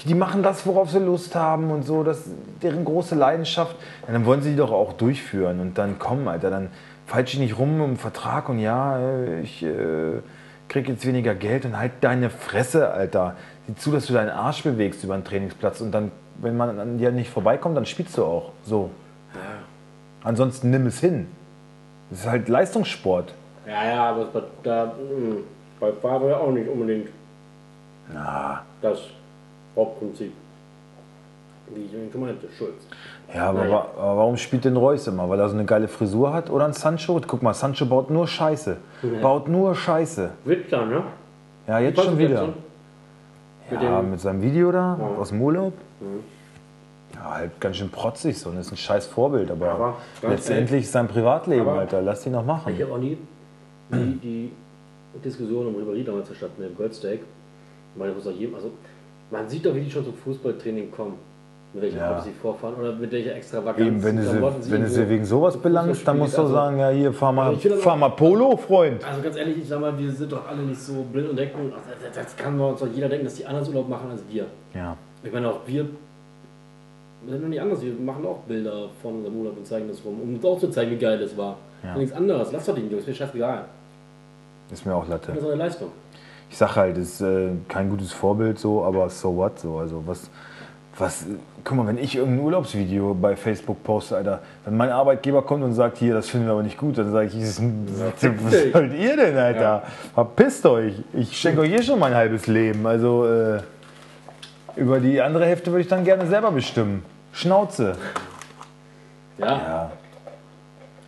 die machen das, worauf sie Lust haben und so, das deren große Leidenschaft, ja, dann wollen sie die doch auch durchführen und dann komm, Alter, dann falsch ich nicht rum im Vertrag und ja, äh, ich äh, krieg jetzt weniger Geld und halt deine Fresse, Alter. Sieh zu, dass du deinen Arsch bewegst über den Trainingsplatz und dann, wenn man an dir nicht vorbeikommt, dann spielst du auch, so. Ansonsten nimm es hin. Das ist halt Leistungssport. Ja, ja, aber es war da, mh, bei Favre auch nicht unbedingt Na, das Hauptprinzip. Wie ich schon meinte, Schulz. Ja, aber, Naja. wa aber warum spielt denn Reus immer? Weil er so eine geile Frisur hat oder ein Sancho? Guck mal, Sancho baut nur Scheiße. Hm. Baut nur Scheiße. Witzler, ne? Ja, jetzt schon wieder. Mit Ja, dem, Hm. mit seinem Video da aus dem Urlaub. Ja, halt ganz schön protzig so. Und ist ein scheiß Vorbild, aber, Aber ganz letztendlich sein Privatleben, aber- Alter. Lass die noch machen. ich habe auch nie die, die Diskussion um Ribéry damals verstanden, im Goldsteak. Ich meine, muss doch jedem, also, man sieht doch, wie die schon zum Fußballtraining kommen. Mit welchen Ja. Autos sie vorfahren oder mit welcher Extravaganz. Eben, wenn du, Klamotten sie, wenn du irgendwo- sie wegen sowas belangst, dann Fußball musst du spielt, also- sagen, ja hier, fahr mal, Also ich will aber- fahr mal Polo, Freund. Also ganz ehrlich, ich sag mal, wir sind doch alle nicht so blind und denken, ach, das, das kann doch uns doch jeder denken, dass die anderen Urlaub machen als wir. Ja, Ich meine, auch wir wir sind doch nicht anders. Wir machen auch Bilder von unserem Urlaub und zeigen das rum, um uns auch zu zeigen, wie geil das war. Ja. Nichts anderes. Lass doch den Jungs, mir scheißegal. ist mir auch Latte. Das ist eine Leistung. ich sag halt, ist äh, kein gutes Vorbild so, aber so what so, also was was guck mal, wenn ich irgendein Urlaubsvideo bei Facebook poste, Alter, wenn mein Arbeitgeber kommt und sagt, hier, das finden wir aber nicht gut, dann sage ich, dieses, was dich. wollt ihr denn, Alter? Ja. Verpisst euch. Ich schenke euch hier schon mein halbes Leben, also äh, über die andere Hälfte würde ich dann gerne selber bestimmen. Schnauze. Ja, Ja.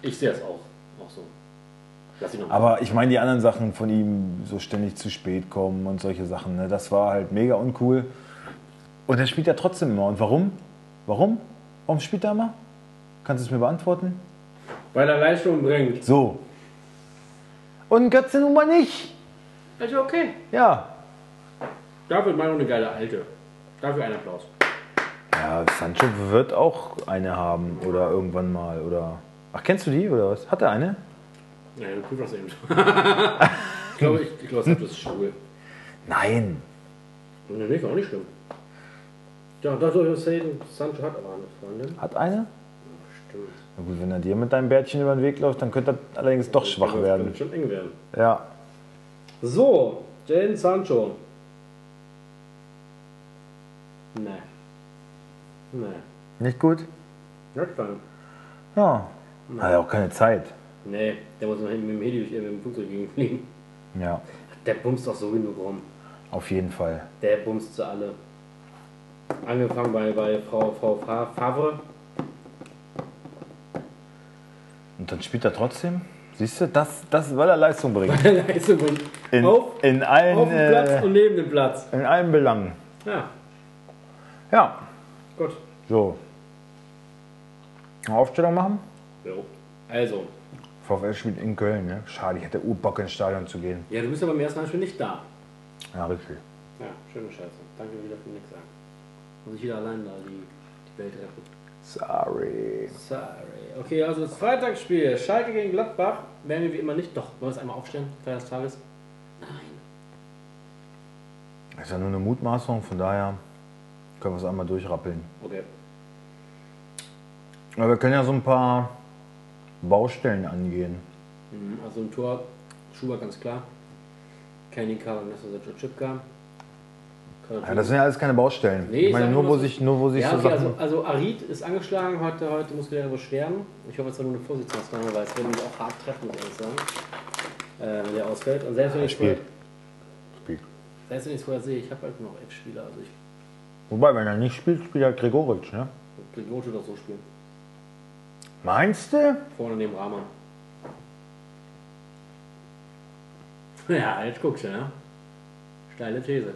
ich sehe es auch. Auch so. Lass ihn noch mal. Aber ich meine, die anderen Sachen von ihm, so ständig zu spät kommen und solche Sachen, ne, das war halt mega uncool. Und er spielt ja trotzdem immer. Und warum? Warum? Warum spielt er immer? Kannst du es mir beantworten? Weil er Leistung bringt. So. Und Götze nun mal nicht. Also okay. Ja. Dafür mal noch eine geile Alte. Dafür einen Applaus. Ja, Sancho wird auch eine haben oder irgendwann mal. Oder. Ach, kennst du die oder was? Hat er eine? Ja, du prüfst das eben. ich glaube, ich, ich glaube, das ist schwul. Nein. Nee, nicht, auch nicht schlimm. Ja, da soll ich sagen, Sancho hat aber eine Freundin. Hat eine? Stimmt. Na gut, wenn er dir mit deinem Bärtchen über den Weg läuft, dann könnte das allerdings doch schwach Das werden. Könnte schon eng werden. Ja. So, Jaden Sancho. Nee. Nee. Nicht gut? Nicht fein. Ja. Hat ja auch keine Zeit. Nee, der muss noch mit dem Heli durch äh, mit dem Flugzeug gegenfliegen. Ja, Der bumst doch so genug rum. auf jeden Fall. Der bumst sie alle. Angefangen bei, bei Frau, Frau Fa- Favre. Und dann spielt er trotzdem. Siehst du, das, das, weil er Leistung bringt. Leistung bringt. In, auf, in allen, auf dem Platz äh, und neben dem Platz. in allen Belangen. Ja, Ja, gut. so. Eine Aufstellung machen? Jo. Also, VfL spielt in Köln, ne? Schade, ich hätte Urbock ins Stadion zu gehen. ja, du bist ja beim ersten Mal schon nicht da. Ja, richtig. Ja, schöne Scheiße. Danke wieder für nichts sagen. Muss ich wieder allein da die, die Welt retten. Sorry. Sorry. Okay, also das Freitagsspiel. Schalke gegen Gladbach. Werden wir wie immer nicht. Doch, wollen wir es einmal aufstellen? Feier des Tages. Das ist ja nur eine Mutmaßung, von daher können wir es einmal durchrappeln. Okay. Aber wir können ja so ein paar Baustellen angehen. Mhm, Also im Tor, Schuber ganz klar. Kenninka und Nestor Chipka. Ja, das sind ja alles keine Baustellen. Nee, ich meine, sag nur nur, wo, dass- sich, nur wo sich ja, so okay, Sachen... also, also Arid ist angeschlagen, heute, heute muskuläre Beschwerden. Ich hoffe, es war nur eine Vorsichtsmaßnahme, weil es würde mich auch hart treffen, muss ich ehrlich sagen. Äh, wenn der ausfällt. Und selbst wenn Er ich vorher, spielt. spielt. selbst wenn ich es vorher sehe, ich habe halt noch F-Spieler. Also ich Wobei, wenn er nicht spielt, spielt er Gregoritsch, ne? Note doch so spielen. Meinst du? Vorne neben Rahman. Ja, jetzt guckst du, ne? Steile These.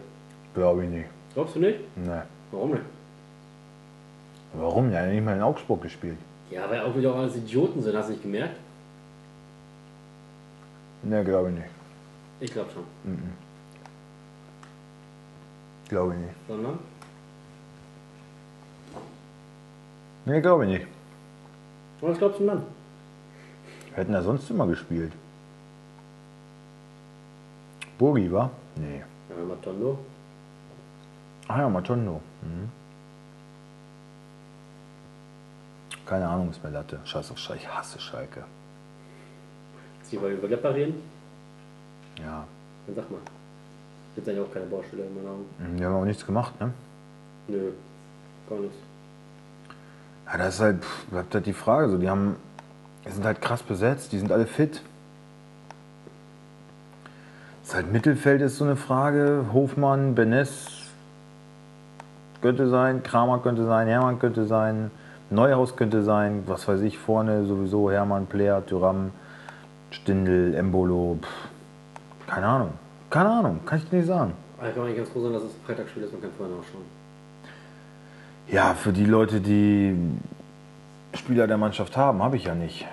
Glaube ich nicht. Glaubst du nicht? Ne. Warum nicht? Warum? Er hat nicht mal in Augsburg gespielt. Ja, weil auch wieder auch alles Idioten sind, hast du nicht gemerkt? Ne, glaube ich nicht. Ich glaube schon. Glaube ich nicht. Sondern? Ne, glaube ich nicht. Was glaubst du dann? Wer hat denn da sonst immer gespielt? Burgi, war? Nee. Ja, Matondo. Ah ja, Matondo. Mhm. Keine Ahnung, ist mir Latte. Scheiß auf Schalke. Ich hasse Schalke. Sie wollen über Gladbach reden? Ja. Dann sag mal. Gibt eigentlich auch keine Baustelle in meinen Augen. Mhm, Die haben auch nichts gemacht, ne? Nö. Gar nichts. Ja, das ist halt, pff, bleibt halt die Frage. So, die haben, die sind halt krass besetzt, die sind alle fit. Das ist halt Mittelfeld ist so eine Frage. Hofmann, Benes könnte sein, Kramer könnte sein, Hermann könnte sein, Neuhaus könnte sein, was weiß ich, vorne sowieso Hermann, Player, Tyram, Stindel, Embolo, pff, keine Ahnung. Keine Ahnung, kann ich dir nicht sagen. Aber ich kann eigentlich ganz froh sein, dass es ein Freitagsspiel ist, man kann vorher nachschauen. Ja, für die Leute, die Spieler der Mannschaft haben, habe ich ja nicht.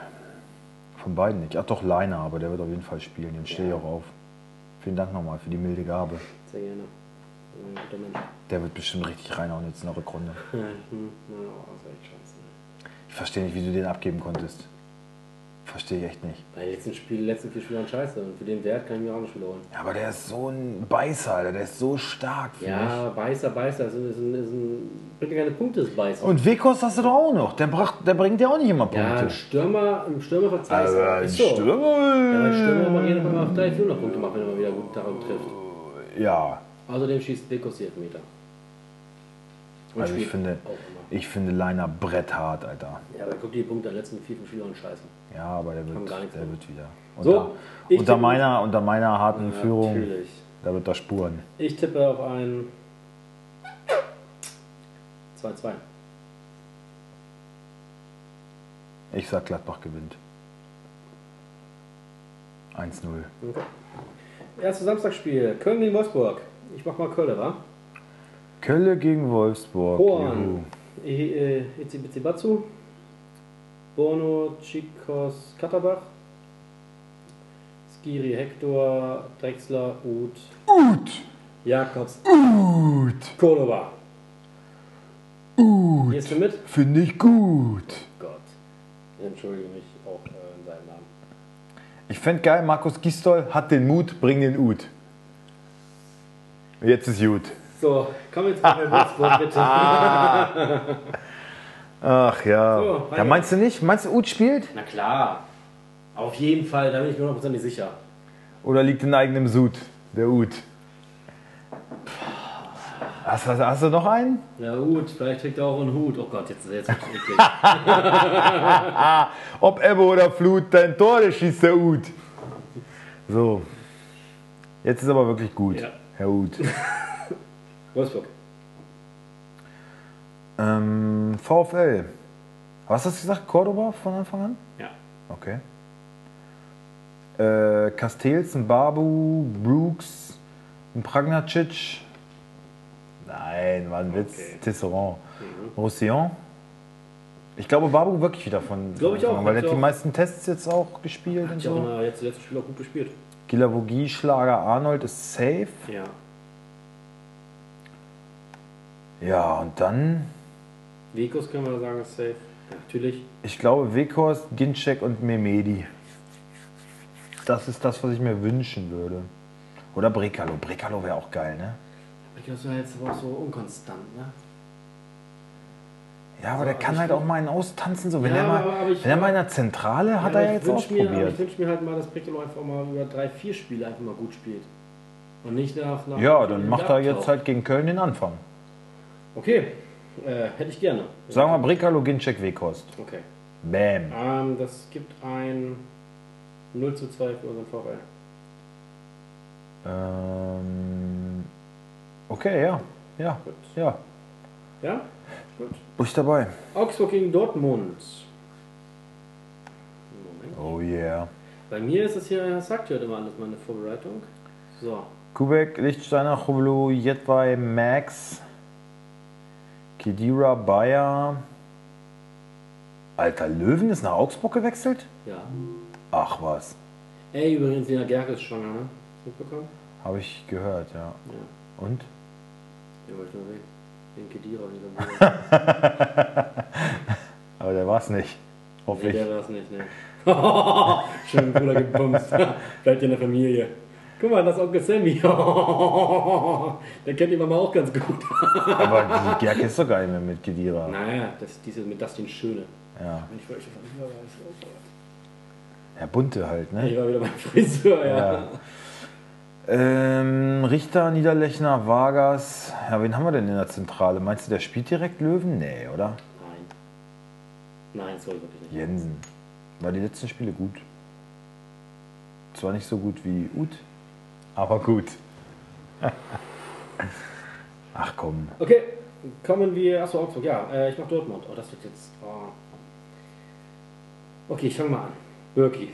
Von beiden nicht. Ach doch, Leiner, aber der wird auf jeden Fall spielen. Den stehe ich auch auf. Vielen Dank nochmal für die milde Gabe. Sehr gerne. Ja, Ein guter Mensch. Der wird bestimmt richtig reinhauen jetzt in der Rückrunde. Hm, na, oh, das war echt scheiße. Ich verstehe nicht, wie du den abgeben konntest. Verstehe ich echt nicht. Bei den letzten Spielen, die letzten vier Spielern scheiße. Und für den Wert kann ich mir auch nicht holen. Ja, aber der ist so ein Beißer, Alter. Der ist so stark, finde Ja, Beißer, Beißer, ist ein, ist ein, ist ein, bringt dir keine Punkte, ist ich. Beißer. Und Wekos hast du doch auch noch. Der, bracht, der bringt ja auch nicht immer Oh, ja, Punkte. ein Stürmer, ein Stürmer verzeihst aber ein Stürmer. Ja, aber ein Stürmer kann jeden Fall mal auf drei, 400 Punkte machen, wenn er mal wieder gut daran trifft. Ja, Außerdem schießt Dekos die Elfmeter. Und also ich spielt finde, Auch immer. ich finde Leiner bretthart, Alter. Ja, aber guck dir die Punkte der letzten vier, fünf Spiele an, scheiße. Ja, aber der Haben wird, gar nichts der mehr. wird wieder. So, Unter, ich unter, tippe- meiner, unter meiner harten Führung, Natürlich. da wird er spuren. Ich tippe auf ein 2-2. Ich sag, Gladbach gewinnt. 1-0. Erstes Samstagsspiel, Köln gegen Wolfsburg. Ich mach mal Köln, wa? Kölle gegen Wolfsburg. Juhu. Horn, äh, Itzibatsu, Bono, Chikos, Katterbach, Skiri, Hector, Drexler, Uth, Uth, Jakobs, Gut. Koloba. Uth. Gehst du mit? Finde ich gut. Gott. Ich entschuldige mich auch äh, in seinem Namen. Ich fände geil, Markus Gistol hat den Mut, bring den Ut. Jetzt ist gut. So, komm jetzt mal mit Wolfsburg, bitte. Ach ja. So, ja, weiter. meinst du nicht? Meinst du, Uth spielt? Na klar. Auf jeden Fall, da bin ich mir hundertprozentig sicher. Oder liegt in eigenem Sud, der Ut? Hast, hast, hast du noch einen? Na gut, vielleicht trägt er auch einen Hut. Oh Gott, jetzt ist er jetzt wird's eklig. Ob Ebbe oder Flut, dein Tore schießt der Ut. So. Jetzt ist aber wirklich gut, Ja. Herr Ut. Wolfsburg. ähm, VfL. Was hast du gesagt? Cordoba von Anfang an? Ja. Okay. Äh, Castells, Babu, Brooks, Pragnacic. Nein, war ein Witz. Okay. Mhm. Tisserand. Roussillon. Ich glaube, Babu wirklich wieder von. Glaube ich von Anfang an, auch, Weil hab er ich die auch. meisten Tests jetzt auch gespielt und Ich habe so. auch jetzt letztes Spiel auch gut gespielt. Gilavogie, Schlager, Arnold ist safe. Ja. Ja, und dann, Vikos können wir sagen, ist safe. Ja, natürlich. ich glaube, Weghorst, Ginczek und Memedi. Das ist das, was ich mir wünschen würde. Oder Brekalo. Brekalo wäre auch geil, ne? Vikos war jetzt aber auch so unkonstant, ne? Ja, aber der aber kann ich halt find- auch mal einen austanzen. So, wenn Ja, er aber- mal, aber ich- wenn er mal in der Zentrale hat, Ja, er ja aber jetzt ich wünsch mir- aber ausprobiert. Ich wünsche mir halt mal, dass Brickel einfach mal über drei, vier Spiele einfach mal gut spielt. Und nicht nach. nach ja, dann macht er abtaucht. jetzt halt gegen Köln den Anfang. Okay, äh, hätte ich gerne. Sagen wir Brekalo, Ginczek, Weghorst. Okay. Bam. Ähm, das gibt ein 0 zu 2 für unseren VfL. Ähm, okay, ja. Ja, Gut. ja. Ja? Gut. Bin ich dabei. Augsburg gegen Dortmund. Moment. Oh yeah. Bei mir ist es hier, sagt ihr heute immer alles meine Vorbereitung. So, Kubek, Lichtsteiner, Chobolo, Jedwai, Max, Kedira, Bayer. Alter, Löwen ist nach Augsburg gewechselt? ja. Ach was, Ey, übrigens, Lena Gerke ist schwanger, ne? Hast du mitbekommen? habe ich gehört, ja. Ja. Und? Ja, wollte ich nur sehen. Den Kedira und dieser Aber der war es nicht. Hoffe Nee, ich. der war's nicht, ne? Schön Bruder gebumst. Bleibt in der Familie. Guck mal, das ist Onkel Sammy. der kennt die Mama auch ganz gut. Aber die Gerke ist doch geil mehr mit Kedira. Naja, das, diese mit Dustin Schöne. Ja. Wenn ich für euch auf Familie war, ja, bunte halt, ich ne? war wieder beim Friseur, ja. Ja. Ähm, Richter, Niederlechner, Vargas. Ja, wen haben wir denn in der Zentrale? Meinst du, der spielt direkt Löwen? Nee, oder? Nein. Nein, sorry, wirklich nicht. Jensen. War die letzten Spiele gut. Zwar nicht so gut wie Ut, aber gut. Ach komm. Okay, kommen wir. Achso, Augsburg, ja. Äh, ich mach Dortmund. Oh, das wird jetzt. Oh. Okay, ich fang mal an. Birki.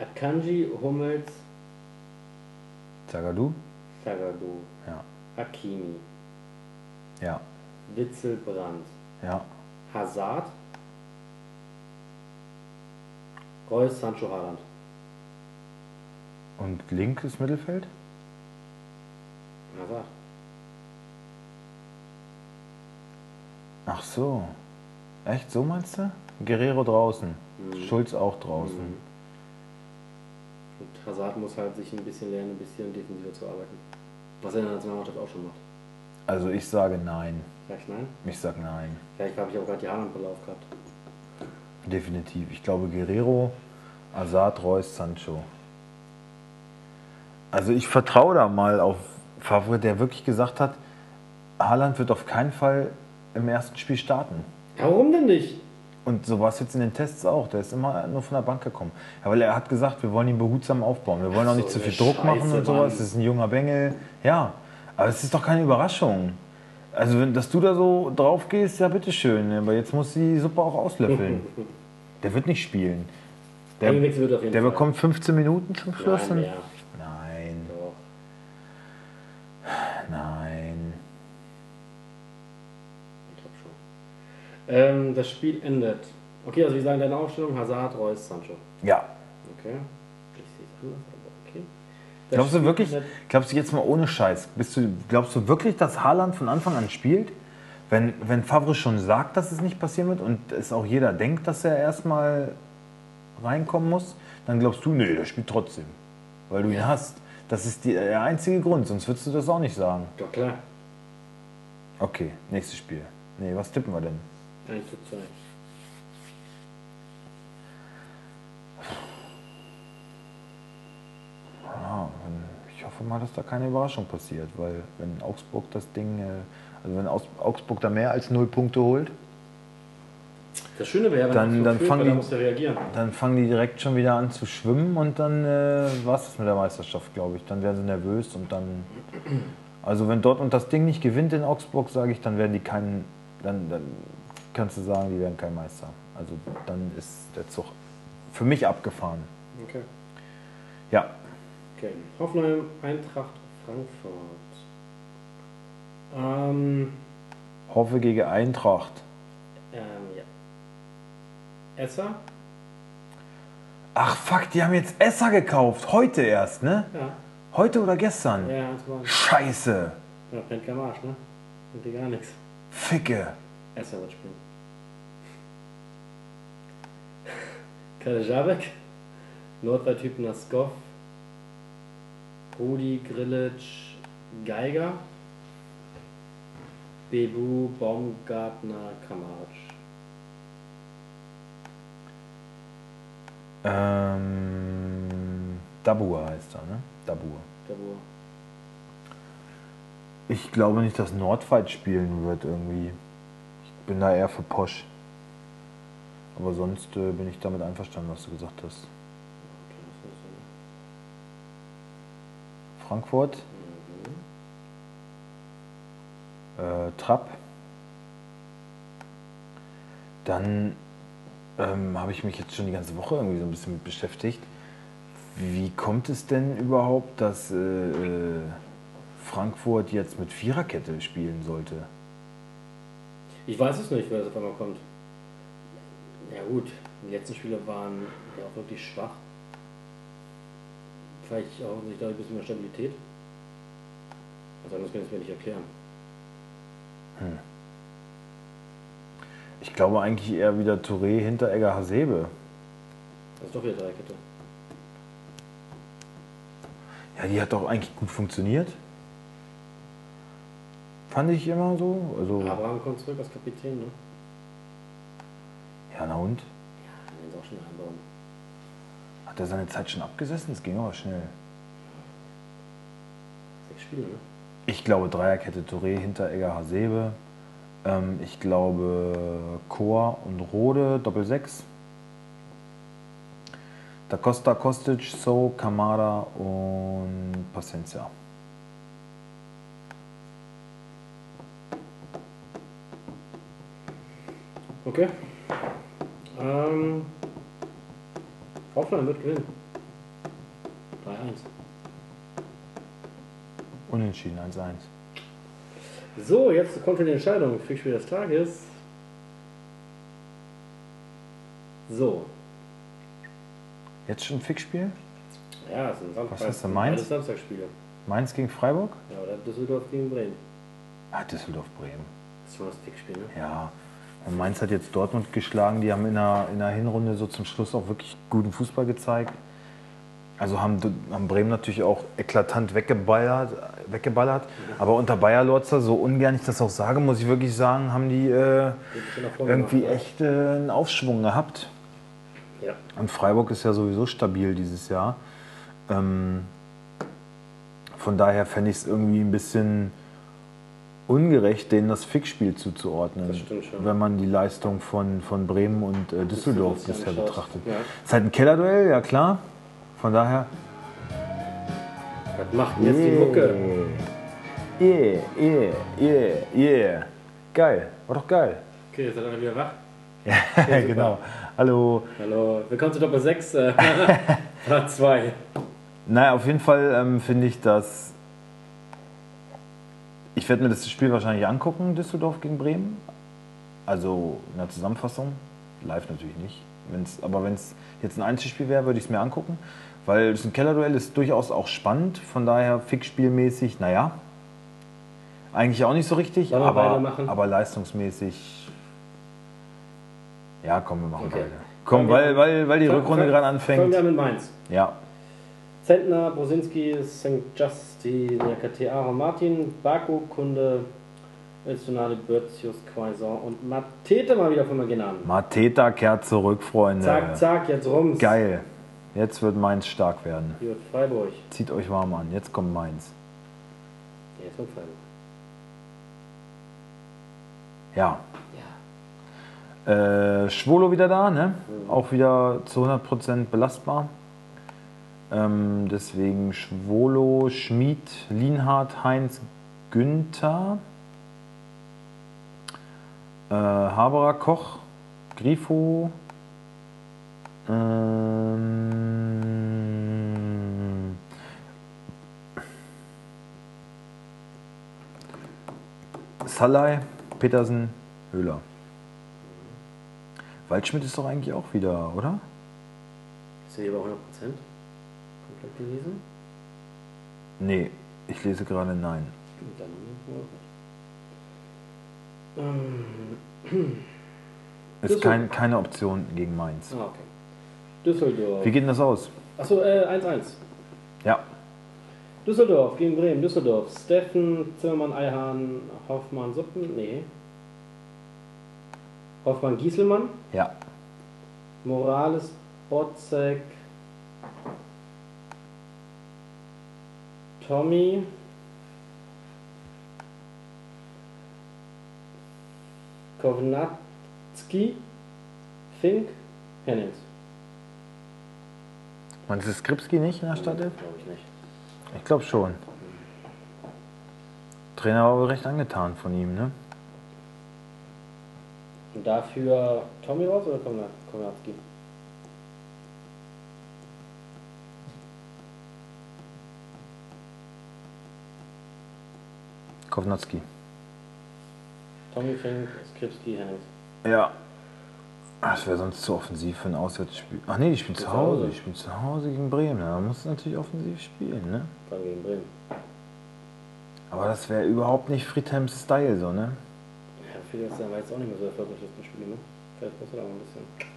Akanji, Hummels, Zagadou? Sagado, Ja. Hakimi, Ja. Witzel, Brandt, Ja. Hazard, Reus, Sancho, Haaland. Und linkes Mittelfeld? Hazard. Ach so. Echt, so meinst du? Guerrero draußen. Schulz auch draußen. Und Hazard muss halt sich ein bisschen lernen, ein bisschen defensiver zu arbeiten. Was er in der Nationalmannschaft auch schon macht. Also ich sage nein. Vielleicht nein. Ich sage nein. Vielleicht habe ich auch gerade die Haalandbrille aufgehabt. Definitiv. Ich glaube Guerrero, Azad, Reus, Sancho. Also ich vertraue da mal auf Favre, der wirklich gesagt hat, Haaland wird auf keinen Fall im ersten Spiel starten. Warum denn nicht? Und so war es jetzt in den Tests auch. Der ist immer nur von der Bank gekommen. Ja, weil er hat gesagt, wir wollen ihn behutsam aufbauen. Wir wollen auch so nicht zu viel eine Druck machen Scheiße, und sowas. Mann. Das ist ein junger Bengel. Ja, aber es ist doch keine Überraschung. Also, wenn, dass du da so drauf gehst, ja, bitteschön. Aber jetzt muss die Suppe auch auslöffeln. der wird nicht spielen. Der, Einwechsel wird auf jeden der Fall. bekommt 15 Minuten zum Schluss. Nein, und- ja. nein, Doch. nein. Ich glaube schon. Ähm, das Spiel endet. Okay, also wir sagen deine Aufstellung: Hazard, Reus, Sancho. Ja. Okay. Ich sehe es anders, aber okay. Das Glaubst du Spiel wirklich, endet- glaubst du jetzt mal ohne Scheiß, bist du, glaubst du wirklich, dass Haaland von Anfang an spielt? Wenn, wenn Favre schon sagt, dass es nicht passieren wird und es auch jeder denkt, dass er erstmal reinkommen muss, dann glaubst du, nee, der spielt trotzdem, weil du ihn hast. Das ist die, der einzige Grund, sonst würdest du das auch nicht sagen. Doch klar. Okay, nächstes Spiel. Nee, was tippen wir denn? 1 zu 2. Ja, ähm, ich hoffe mal, dass da keine Überraschung passiert, weil wenn Augsburg das Ding, äh, also wenn Aus- Augsburg da mehr als null Punkte holt, Das Schöne wäre, wenn Dann- Augsburg dann führt, fangen weil dann die- muss er reagieren. dann fangen die direkt schon wieder an zu schwimmen und dann äh, war es mit der Meisterschaft, glaube ich. Dann werden sie nervös und dann. Also wenn Dortmund das Ding nicht gewinnt in Augsburg, sage ich, dann werden die keinen. Dann, dann kannst du sagen, die werden kein Meister. Also dann ist der Zug für mich abgefahren. Okay. Ja, Okay. Hoffenheim, Eintracht, Frankfurt. Ähm, Hoffe gegen Eintracht. ähm, ja. Esser? Ach fuck, die haben jetzt Esser gekauft. Heute erst, ne? Ja. Heute oder gestern? Ja, das war Scheiße. ja, pennt kein Arsch, ne? Und die gar nichts. Ficke. Esser wird spielen. Kalajabek, Nordwaldtyp Naskov, Rudi Grillitsch, Geiger, Bebu, Baumgartner, Kamaric. Ähm, Dabur heißt er, ne? Dabur. Dabur. Ich glaube nicht, dass Nordfight spielen wird irgendwie. Ich bin da eher für Posch. Aber sonst äh, bin ich damit einverstanden, was du gesagt hast. Frankfurt. Äh, Trapp. Dann ähm, habe ich mich jetzt schon die ganze Woche irgendwie so ein bisschen mit beschäftigt. Wie kommt es denn überhaupt, dass äh, äh, Frankfurt jetzt mit Viererkette spielen sollte? Ich weiß es nicht, wer das auf einmal kommt. Ja gut, die letzten Spiele waren ja auch wirklich schwach. Vielleicht erhoffen sich da ein bisschen mehr Stabilität. Also anders kann ich es mir nicht erklären. Ich glaube eigentlich eher wieder Touré, Hinteregger, Hasebe. Das ist doch wieder Dreikette. Ja, die hat doch eigentlich gut funktioniert. Fand ich immer so. Also, ja, Abraham kommt zurück als Kapitän, ne? na und? Kann den auch schon einbauen. Hat er seine Zeit schon abgesessen? Es ging aber schnell. Sechs Spiele, ne? Ich glaube Dreierkette Touré, Hinteregger, Hasebe. Ähm, ich glaube Chor und Rode, Doppel-6. Da Costa, Kostic, So, Kamada und Paciencia. Okay. Ähm, Hoffenheim wird gewinnen. 3-1. Unentschieden 1-1. So, jetzt kommt schon die Entscheidung. Pflichtspiel des Tages. So. Jetzt schon Fixspiel? Ja, es sind Samstag. Was hast du, Mainz? Alles Samstagspiele. Mainz gegen Freiburg? Ja, oder Düsseldorf gegen Bremen. Ah, Düsseldorf-Bremen. Das ist schon das Fickspiel, ne? Ja, und Mainz hat jetzt Dortmund geschlagen. Die haben in der, in der Hinrunde so zum Schluss auch wirklich guten Fußball gezeigt. Also haben, haben Bremen natürlich auch eklatant weggeballert. weggeballert. Aber unter Bayer Lorzer, so ungern ich das auch sage, muss ich wirklich sagen, haben die äh, Geht ein bisschen nach vorne irgendwie gemacht, echt äh, einen Aufschwung gehabt. ne? Ja. Und Freiburg ist ja sowieso stabil dieses Jahr. Ähm, von daher fände ich es irgendwie ein bisschen ungerecht, denen das Fickspiel zuzuordnen, Das stimmt schon. wenn man die Leistung von, von Bremen und äh, Düsseldorf Düsseldorf bisher anschaut. betrachtet. Ja. Ist halt ein Kellerduell, ja klar. Von daher. Was macht denn jetzt Mm. die Mucke? Yeah, yeah, yeah, yeah. Geil, war doch geil. Okay, jetzt seid ihr wieder wach. Ja, genau. Hallo. Hallo, willkommen zu Doppel 6, äh, Part 2. Naja, auf jeden Fall ähm, finde ich, dass. Ich werde mir das Spiel wahrscheinlich angucken, Düsseldorf gegen Bremen. Also in der Zusammenfassung. Live natürlich nicht. Wenn's, aber wenn es jetzt ein Einzelspiel wäre, würde ich es mir angucken. Weil es ein Kellerduell ist durchaus auch spannend. Von daher fixspielmäßig, naja. Eigentlich auch nicht so richtig, Sollen wir beide aber, machen? aber leistungsmäßig. Ja, komm, wir machen Okay. beide. Komm, Fangen wir- weil, weil, weil die Rückrunde gerade anfängt. Fangen wir an mit Mainz. Ja, Zentner, Bosinski, St. Justi, Nakatearo, Martin, Baku, Kunde, Elstonale, Börzius, Quaison und Matete mal wieder von Magenan. Mateta kehrt zurück, Freunde. Zack, zack, jetzt rums. Geil. Jetzt wird Mainz stark werden. Hier wird Freiburg. Zieht euch warm an. Jetzt kommt Mainz. Ja, jetzt kommt Freiburg. Ja. Ja. Äh, Schwolo wieder da, ne? Auch wieder zu 100% belastbar. Ähm, deswegen Schwolo, Schmid, Lienhardt, Heinz, Günther, äh, Haberer, Koch, Grifo, ähm, Salai, Petersen, Höhler. Waldschmidt ist doch eigentlich auch wieder, oder? Ist der hier bei 100%? Komplett gelesen? Nee, ich lese gerade nein. Und dann. Ist Ist kein, keine Option gegen Mainz. Ah, okay. Düsseldorf. Wie geht denn das aus? Achso, äh, 1-1. Ja, Düsseldorf gegen Bremen, Düsseldorf. Steffen, Zimmermann, Eihahn, Hoffmann, Suppen, nee. Hoffmann, Gieselmann, ja. Morales, Botzek, Tommy, Kovnatski, Fink, Hennings. Man ist Skripski nicht in der Stadt? Glaube ich nicht. Ich glaube schon. Trainer war wohl recht angetan von ihm, ne? Und dafür Tommy raus oder Kovnat- Kovnatski? Kovnatski. Tommy, Fink, Skripski, Hennings. Ja. Das wäre sonst zu offensiv für ein Auswärtsspiel. Ach nee, die spielen zu Zu Hause. Hause. Die spielen zu Hause gegen Bremen. Da muss natürlich offensiv spielen, ne? Dann gegen Bremen. Aber das wäre überhaupt nicht Friedhelms Style, so, ne? Ja, Felix Sander war jetzt auch nicht mehr so erfolgreich letzten Spiel, ne? Vielleicht brauchst du da auch ein bisschen.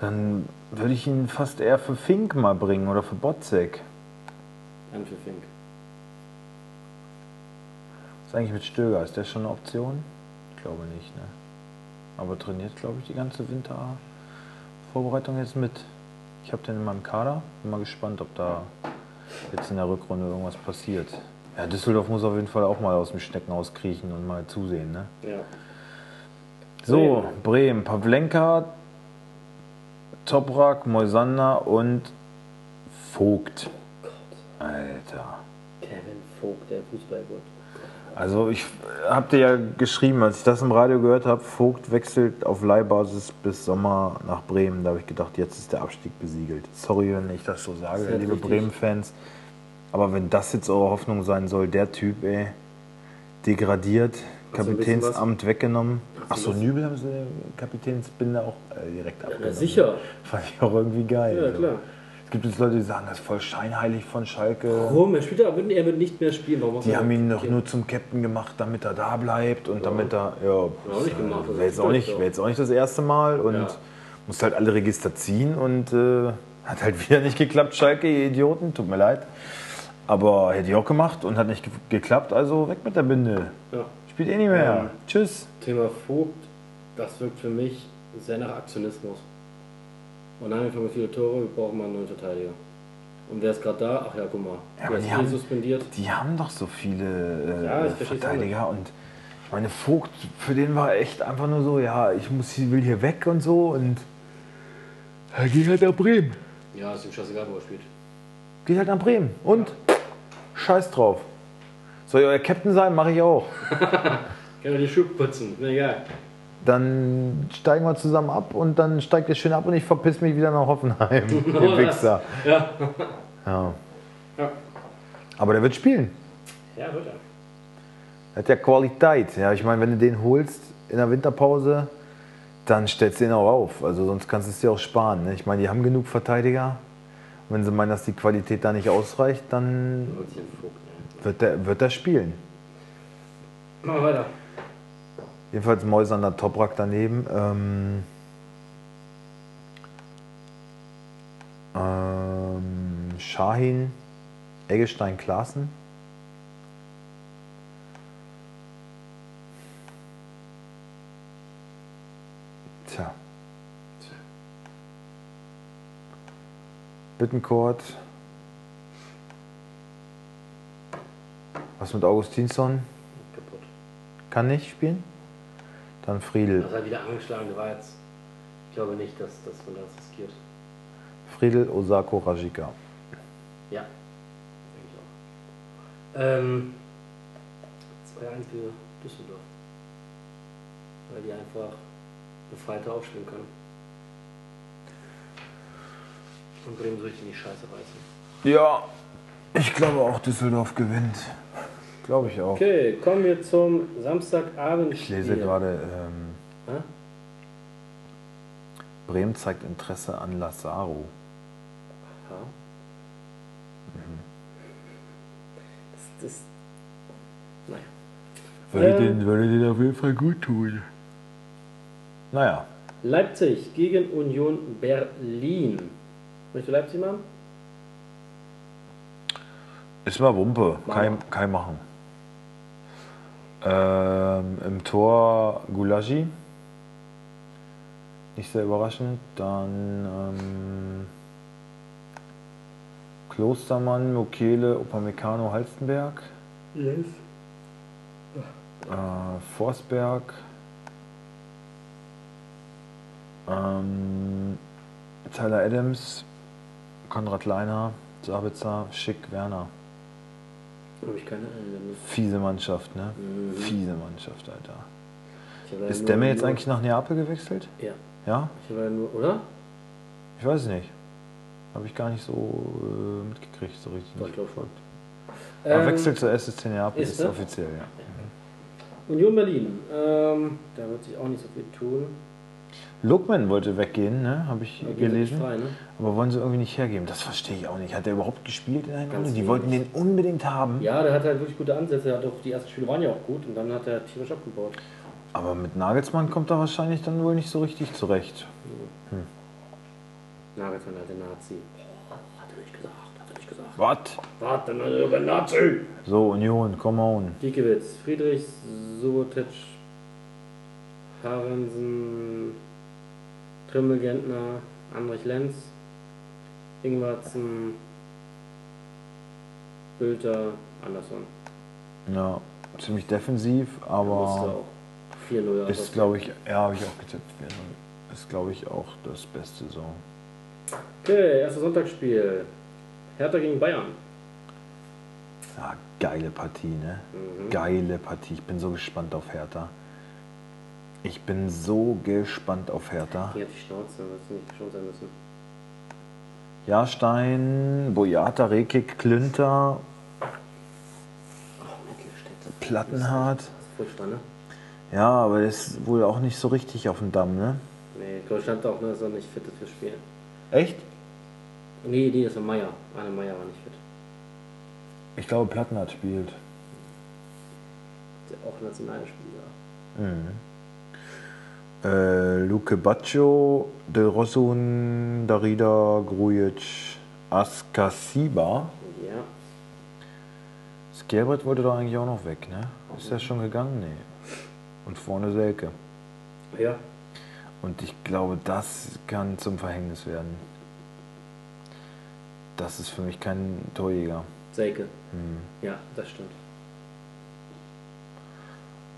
Dann würde ich ihn fast eher für Fink mal bringen oder für Botzek. An für Fink. Was ist eigentlich mit Stöger? Ist der schon eine Option? Ich glaube nicht, ne? Aber trainiert, glaube ich, die ganze Wintervorbereitung jetzt mit. Ich habe den in meinem Kader. Bin mal gespannt, ob da jetzt in der Rückrunde irgendwas passiert. Ja, Düsseldorf muss auf jeden Fall auch mal aus dem Schneckenhaus kriechen und mal zusehen, ne? Ja. So, Bremen, Pavlenka, Toprak, Moisander und Vogt. Alter. Kevin Vogt, der Fußballgott. Also ich hab dir ja geschrieben, als ich das im Radio gehört habe, Vogt wechselt auf Leihbasis bis Sommer nach Bremen. Da habe ich gedacht, jetzt ist der Abstieg besiegelt. Sorry, wenn ich das so sage, Ist halt liebe richtig. Bremen-Fans. Aber wenn das jetzt eure Hoffnung sein soll, der Typ, ey, degradiert, Hast du ein bisschen Kapitänsamt weggenommen. Achso, was? Nübel haben sie den Kapitänsbinde auch äh, direkt abgenommen. sicher. Fand ich auch irgendwie geil. Ja, klar. Es gibt jetzt Leute, die sagen, das ist voll scheinheilig von Schalke. Warum? Er, spielt, er, wird, er wird nicht mehr spielen. Warum Die haben ihn doch nur zum Captain gemacht, damit er da bleibt und damit er. Ja, äh, auch nicht gemacht, das wäre jetzt, auch stimmt nicht- doch. wär jetzt auch nicht das erste Mal und Ja. musste halt alle Register ziehen und äh, hat halt wieder nicht geklappt, Schalke, ihr Idioten, tut mir leid. Aber hätte ich auch gemacht und hat nicht ge geklappt, also weg mit der Binde. Ja. Spielt eh nicht mehr. Ja. Tschüss. Thema Vogt, das wirkt für mich sehr nach Aktionismus. Und dann haben wir viele Tore, wir brauchen mal einen neuen Verteidiger. Und wer ist gerade da? Ach ja, guck mal. Ja, aber der die ist haben- eh suspendiert. Die haben doch so viele äh, Ja, ich versteh's Verteidiger und ich meine, Vogt, für den war echt einfach nur so, ja, ich muss, hier- will hier weg und so und er geht halt nach Bremen. Ja, ist ihm scheißegal, wo er spielt. Geht halt nach Bremen. Und? Scheiß drauf. Soll ich euer Captain sein? Mache ich auch. Kann er die Schuhe putzen, mir egal. Dann steigen wir zusammen ab und dann steigt ihr schön ab und ich verpiss mich wieder nach Hoffenheim. ihr Wichser. Ja. Ja. Ja, Aber der wird spielen. ja wird er. Der hat ja Qualität. Ja, ich meine, wenn du den holst in der Winterpause, dann stellst du den auch auf. Also sonst kannst du es dir auch sparen. Ne? Ich meine, die haben genug Verteidiger. Wenn sie meinen, dass die Qualität da nicht ausreicht, dann Wird sich ein Vogt. ne? wird der, wird der spielen. Machen wir weiter. Jedenfalls Mäuser an der Toprak daneben. Ähm, ähm, Shahin, Eggestein, Klaassen. Tja. Bittencourt. Was mit Augustinsson? Kaputt. Kann nicht spielen. Dann Friedel. Dass er wieder angeschlagen war jetzt. Ich glaube nicht, dass, dass man das riskiert. Friedel, Osako, Rajika. Ja. Denke ich auch. Ähm, 2-1 für Düsseldorf. Weil die einfach befreiter aufspielen können. Und Bremen so richtig in die Scheiße reißen. Ja, ich glaube auch Düsseldorf gewinnt. Glaube ich auch. Okay, kommen wir zum Samstagabend. Ich lese gerade, ähm, Hä? Bremen zeigt Interesse an Lazaro. Ja. Mhm. Das, das, naja. Würde, Ähm. den, würde den auf jeden Fall gut tun. Naja, Leipzig gegen Union Berlin. Möchtest du Leipzig machen? ist mal Wumpe. Machen Kein, wir. kein machen. Ähm, Im Tor Gulagi. Nicht sehr überraschend. Dann ähm, Klostermann, Mokele, Opamecano, Halstenberg. Yes. äh, Forsberg, ähm, Tyler Adams, Konrad Leiner, Sabitzer, Schick, Werner. Habe ich keine Ahnung. Fiese Mannschaft, ne? Fiese Mannschaft, Alter. Ich habe leider Mhm. nur Ist Demme jetzt Union- eigentlich nach Neapel gewechselt? Ja. Ja? Ich habe leider nur, oder? Ich weiß es nicht. Habe ich gar nicht so äh, mitgekriegt, so richtig. Doch, ich glaube schon. Aber Ähm, Wechsel zur SSC Neapel ist ist, er? offiziell, ja. Union Berlin. Ähm, da wird sich auch nicht so viel tun. Lukman wollte weggehen, ne? Habe ich Da geht gelesen. nicht Frei, ne? Aber wollen sie irgendwie nicht hergeben? Das verstehe ich auch nicht. Hat er überhaupt gespielt in einer Ganz Runde? Die wenig. wollten den unbedingt haben. Ja, der hat halt wirklich gute Ansätze. Er Hat auch, die ersten Spiele waren ja auch gut und dann hat er tierisch abgebaut. Aber mit Nagelsmann kommt er wahrscheinlich dann wohl nicht so richtig zurecht. Nagelsmann hat den Nazi. Boah, hat er nicht gesagt, hat er nicht gesagt. Was? Warte, mal, der Nazi! So, Union, come on. Diekewitz, Friedrich, Sobotic, Harensen, Trimmelgentner, Andrich Lenz, Ingwarzen, Bülter, Andersson. Ja, ziemlich defensiv, Müsste aber auch 4-0 einfach ist, glaube ich, ja, habe ich auch getippt. Ja, Ist, glaube ich, auch das Beste so. Okay, erstes Sonntagsspiel. Hertha gegen Bayern. Ja, geile Partie, ne? Geile Partie. Ich bin so gespannt auf Hertha. Ich bin so gespannt auf Hertha. Die hat die Schnauze, das hätte nicht schon sein müssen. Jahrstein, Boyata, Rekik, Klünter, Oh, Mittelstädt. Plattenhardt. Das ist furchtbar, ne? Ja, aber der ist wohl auch nicht so richtig auf dem Damm, ne? Nee, ich glaube, stand da auch, ne, dass er nicht fit ist fürs Spiel. Echt? Nee, nee, das war Meier. Arne Meier war nicht fit. Ich glaube, Plattenhardt spielt. Ist ja auch Nationalspieler. Äh, Luke Baccio, Del Rossun, Darida, Grujic, Askasiba. Ja. Skelbrett wollte da eigentlich auch noch weg, ne? Ist der schon gegangen? Nee. Und vorne Selke. Ah Ja. Und ich glaube, das kann zum Verhängnis werden. Das ist für mich kein Torjäger. Selke. Hm. Ja, das stimmt.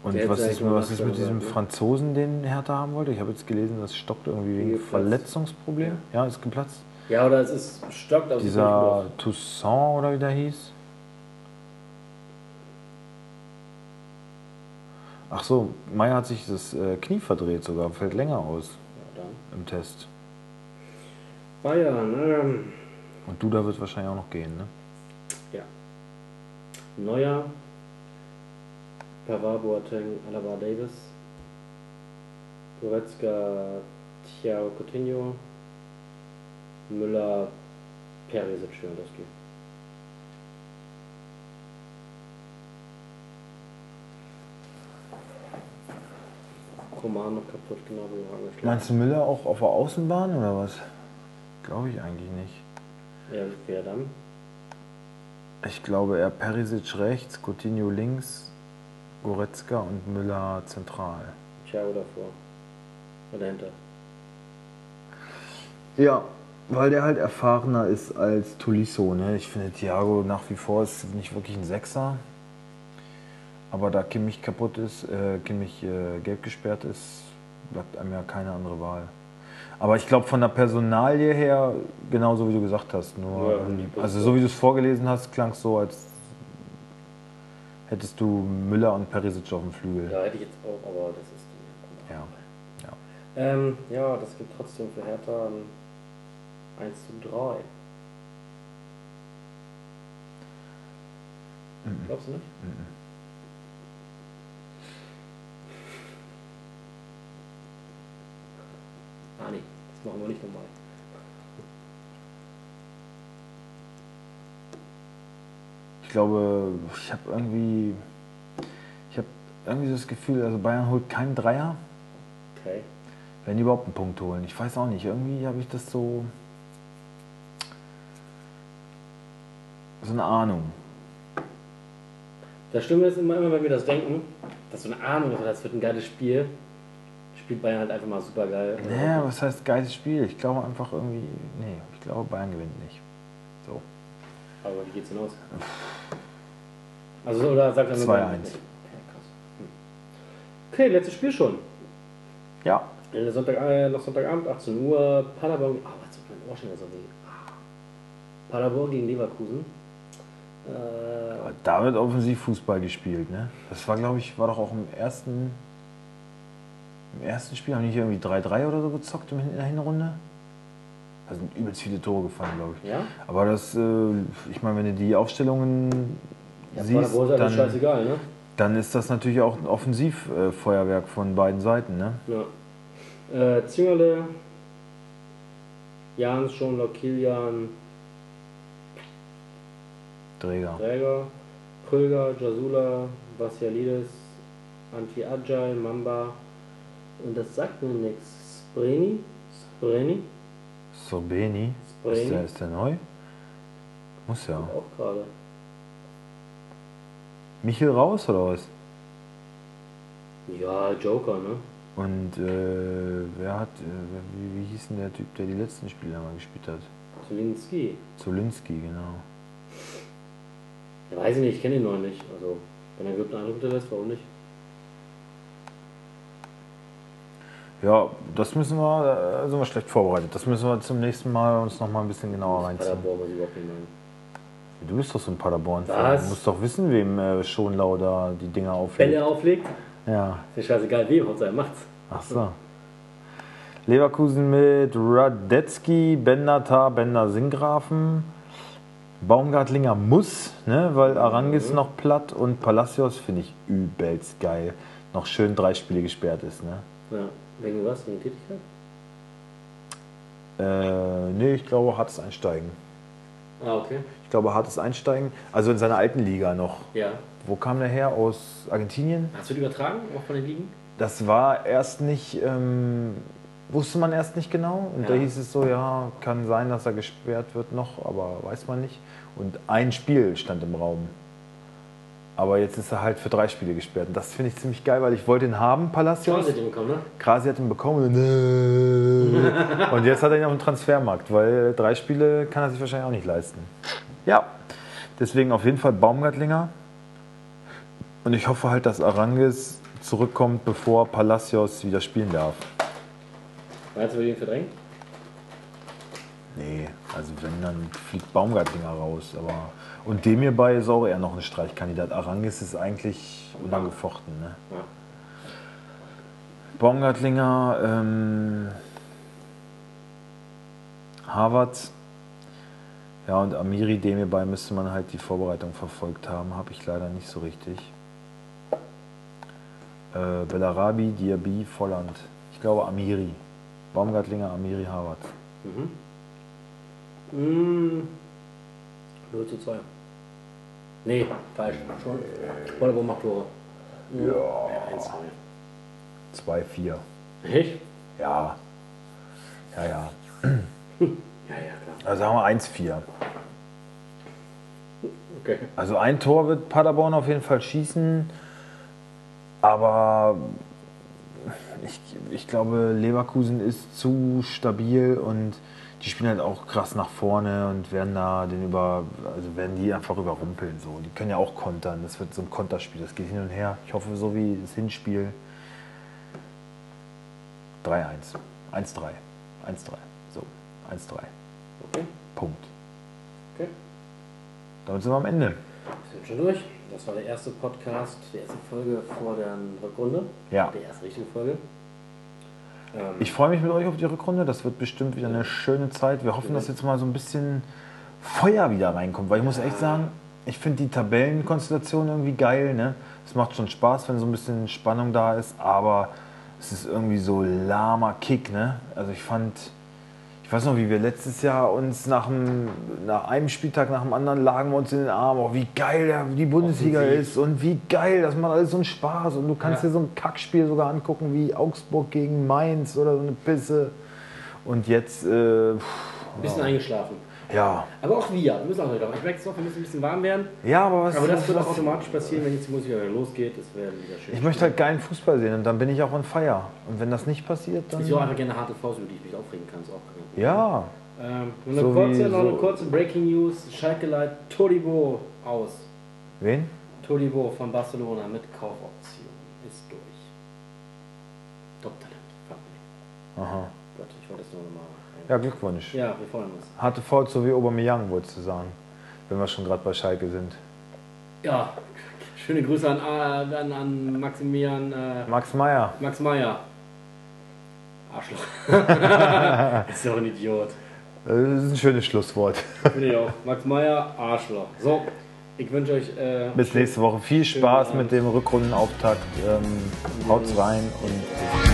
Und Der hätte was ist, eigentlich nur was ist mit Nachfolger diesem sein, ne? Franzosen, den Hertha haben wollte? Ich habe jetzt gelesen, das stockt irgendwie wegen Geplatzt. Verletzungsproblem. Ja, ist geplatzt. Ja, oder es ist stockt, also Dieser aber Toussaint oder wie der hieß? Ach so, Meyer hat sich das äh, Knie verdreht sogar, fällt länger aus Ja, dann. im Test. Bayern, ähm. Und Duda wird wahrscheinlich auch noch gehen, ne? Ja. Neuer. Pavard, Boateng, Alaba, Davis. Goretzka, Thiago Coutinho. Müller, Perisic, Lewandowski. Roman noch kaputt, genau wie wir angeschlagen. Meinst du Müller auch auf der Außenbahn oder was? Glaube ich eigentlich nicht. Ja, wer dann? Ich glaube eher Perisic rechts, Coutinho links, Goretzka und Müller zentral. Thiago davor. Oder dahinter. Ja, weil der halt erfahrener ist als Tolisso. Ne? Ich finde, Thiago nach wie vor ist nicht wirklich ein Sechser. Aber da Kimmich kaputt ist, äh, Kimmich äh, gelb gesperrt ist, bleibt einem ja keine andere Wahl. Aber ich glaube, von der Personalie her, genauso wie du gesagt hast. Nur, Ja, ähm, die- also so wie du es vorgelesen hast, klang es so, als hättest du Müller und Perisic auf dem Flügel. Da hätte ich jetzt auch, aber das ist. Ja. Ähm, ja, das gibt trotzdem für Hertha ein 1 zu 3. Glaubst du nicht? Ah, nee, das machen wir nicht nochmal. Ich glaube, ich habe irgendwie, ich habe irgendwie so das Gefühl, also Bayern holt keinen Dreier, Okay. wenn die überhaupt einen Punkt holen. Ich weiß auch nicht, irgendwie habe ich das so, so eine Ahnung. Das Schlimme ist immer, immer, wenn wir das denken, dass so eine Ahnung ist, das wird ein geiles Spiel, spielt Bayern halt einfach mal super geil. Naja, was heißt geiles Spiel? Ich glaube einfach irgendwie, nee, ich glaube Bayern gewinnt nicht. So, Aber wie geht's denn aus? Also, oder sagt er 2-1. Hm. Okay, letztes Spiel schon. ja, Äh, Sonntag, äh, noch Sonntagabend, 18 Uhr, Paderborn. Ah, was tut mein Ohr schon wieder so weh? Ah. Paderborn gegen Leverkusen. Äh, aber da wird offensiv Fußball gespielt, ne? Das war, glaube ich, war doch auch im ersten, im ersten Spiel, haben die nicht irgendwie 3-3 oder so gezockt in der Hinrunde? Da sind übelst viele Tore gefallen, glaube ich. ja? Aber das, äh, ich meine, wenn du die Aufstellungen ja siehst, Paderborn ist alles dann, scheißegal, ne? dann ist das natürlich auch ein Offensivfeuerwerk von beiden Seiten, ne? Ja. Äh, Zingerle, Jans, Schonler, Kilian, Träger. Träger, Kröger, Jasula, Vassialides, Anti-Agile, Mamba. Und das sagt mir nichts. Spreni? Spreni? Sorbeni. Ist der, Spreni? ist der neu? Muss ja. Auch gerade. Michel raus oder was? Ja, Joker, ne? Und äh, wer hat, äh, wer- wie, wie hieß denn der Typ, der die letzten Spiele mal gespielt hat? Zulinski. Zolinski, genau. Ja, weiß ich nicht, ich kenne ihn noch nicht. Also, wenn er gibt einen Eindruck hinterlässt, warum nicht? Ja, das müssen wir, äh, sind wir schlecht vorbereitet. Das müssen wir zum nächsten Mal uns nochmal ein bisschen Oh, genauer reinziehen. Paderborn muss ich überhaupt nicht meinen. Du bist doch so ein paderborn Was? Du musst doch wissen, wem äh, Schonlau da die Dinger auflegt. Bälle auflegt, Ja, ist mir scheißegal wem, Hauptsache er macht's. ach so. Leverkusen mit Radetzky, Bendata, Bender Singrafen. Baumgartlinger muss, ne, weil Arangis noch platt und Palacios finde ich übelst geil. Noch schön drei Spiele gesperrt ist, ne? Ja, wegen was? Wegen Tätigkeit? Äh, nee, ich glaube, hartes Einsteigen. Ah, okay. Ich glaube, hartes Einsteigen. Also in seiner alten Liga noch. Ja. Wo kam der her? Aus Argentinien? Hast du die übertragen, auch von den Ligen? Das war erst nicht, ähm, wusste man erst nicht genau. Und da Ja. hieß es so, ja, kann sein, dass er gesperrt wird noch, aber weiß man nicht. Und ein Spiel stand im Raum. Aber jetzt ist er halt für drei Spiele gesperrt. Und das finde ich ziemlich geil, weil ich wollte ihn haben, Ja, Palacios. sie bekommen, ne? Krasi hat ihn bekommen. Und, dann, äh. und jetzt hat er ihn auf dem Transfermarkt, weil drei Spiele kann er sich wahrscheinlich auch nicht leisten. Ja, deswegen auf jeden Fall Baumgartlinger. Und ich hoffe halt, dass Arangis zurückkommt, bevor Palacios wieder spielen darf. Meinst du, wir den verdrängen? Nee, also wenn, dann fliegt Baumgartlinger raus. Aber und dem hierbei ist auch eher noch ein Streichkandidat. Arangis ist eigentlich unangefochten. Ne? Ja. Baumgartlinger, ähm, Harvard, ja und Amiri dem hierbei müsste man halt die Vorbereitung verfolgt haben, habe ich leider nicht so richtig. Äh, Bellarabi, Diaby, Volland. Ich glaube Amiri. Baumgartlinger, Amiri, Harvard. Mm, 0 zu 2. Nee, falsch. Schon. Paderborn macht Tore. Ja. 1 2, 4. Echt? Ja. Ja, ja. Ja, ja, klar. Also sagen wir 1, 4. Okay. Also ein Tor wird Paderborn auf jeden Fall schießen, aber ich, ich glaube, Leverkusen ist zu stabil und die spielen halt auch krass nach vorne und werden da den über, also werden die einfach überrumpeln. So. Die können ja auch kontern. Das wird so ein Konterspiel, das geht hin und her. Ich hoffe, so wie das Hinspiel. 3-1. 1-3. 1-3. So. 1-3. Okay. Punkt. Okay. Damit sind wir am Ende. Wir sind schon durch. Das war der erste Podcast, die erste Folge vor der Rückrunde. Ja. Die erste richtige Folge. Ähm, Ich freue mich mit euch auf die Rückrunde. Das wird bestimmt wieder eine schöne Zeit. Wir hoffen, dass jetzt mal so ein bisschen Feuer wieder reinkommt. Weil ich muss echt sagen, ich finde die Tabellenkonstellation irgendwie geil. Ne? Es macht schon Spaß, wenn so ein bisschen Spannung da ist. Aber es ist irgendwie so lahmer Kick. Ne? Also ich fand, ich weiß noch, wie wir letztes Jahr uns nach, dem, nach einem Spieltag nach dem anderen lagen wir uns in den Arm. Oh, wie geil der, die Bundesliga Offensiv. ist und wie geil, das macht alles so einen Spaß. Und du kannst Ja. dir so ein Kackspiel sogar angucken wie Augsburg gegen Mainz oder so eine Pisse. Und jetzt, äh, pff, ein bisschen eingeschlafen. ja. Aber auch wir. Wir müssen auch wieder. Ich merke es auch, wir müssen ein bisschen warm werden. Ja, aber was. Aber das wird auch was- automatisch passieren, wenn jetzt die Musik wieder losgeht. Es werden wieder schön. ich möchte halt geilen Fußball sehen und dann bin ich auch on fire. Und wenn das nicht passiert, dann. Ich auch einfach gerne harte Faust, über die ich mich aufregen kann. Ist auch kein Problem. Ja, Ähm, nur eine, So kurze, wie noch eine so- kurze Breaking News. Schalke leiht Todibo aus. wen? Todibo von Barcelona mit Kaufoption. Ist durch. Top-Talent. Fabrik. Aha. Gott, ich wollte das nur nochmal. Ja, Glückwunsch. ja, wir freuen uns. Harte Fault, so wie Aubameyang, wolltest du sagen. Wenn wir schon gerade bei Schalke sind. Ja, schöne Grüße an, äh, an, an Maximilian äh, Max Meyer. Max Meyer. Arschloch. ist doch ein Idiot. Das ist ein schönes Schlusswort. Finde ich auch. Max Meyer, Arschloch. So, ich wünsche euch äh, Bis nächste Woche. Viel Schönen Spaß Abend. mit dem Rückrundenauftakt. Ähm, haut's rein und bis.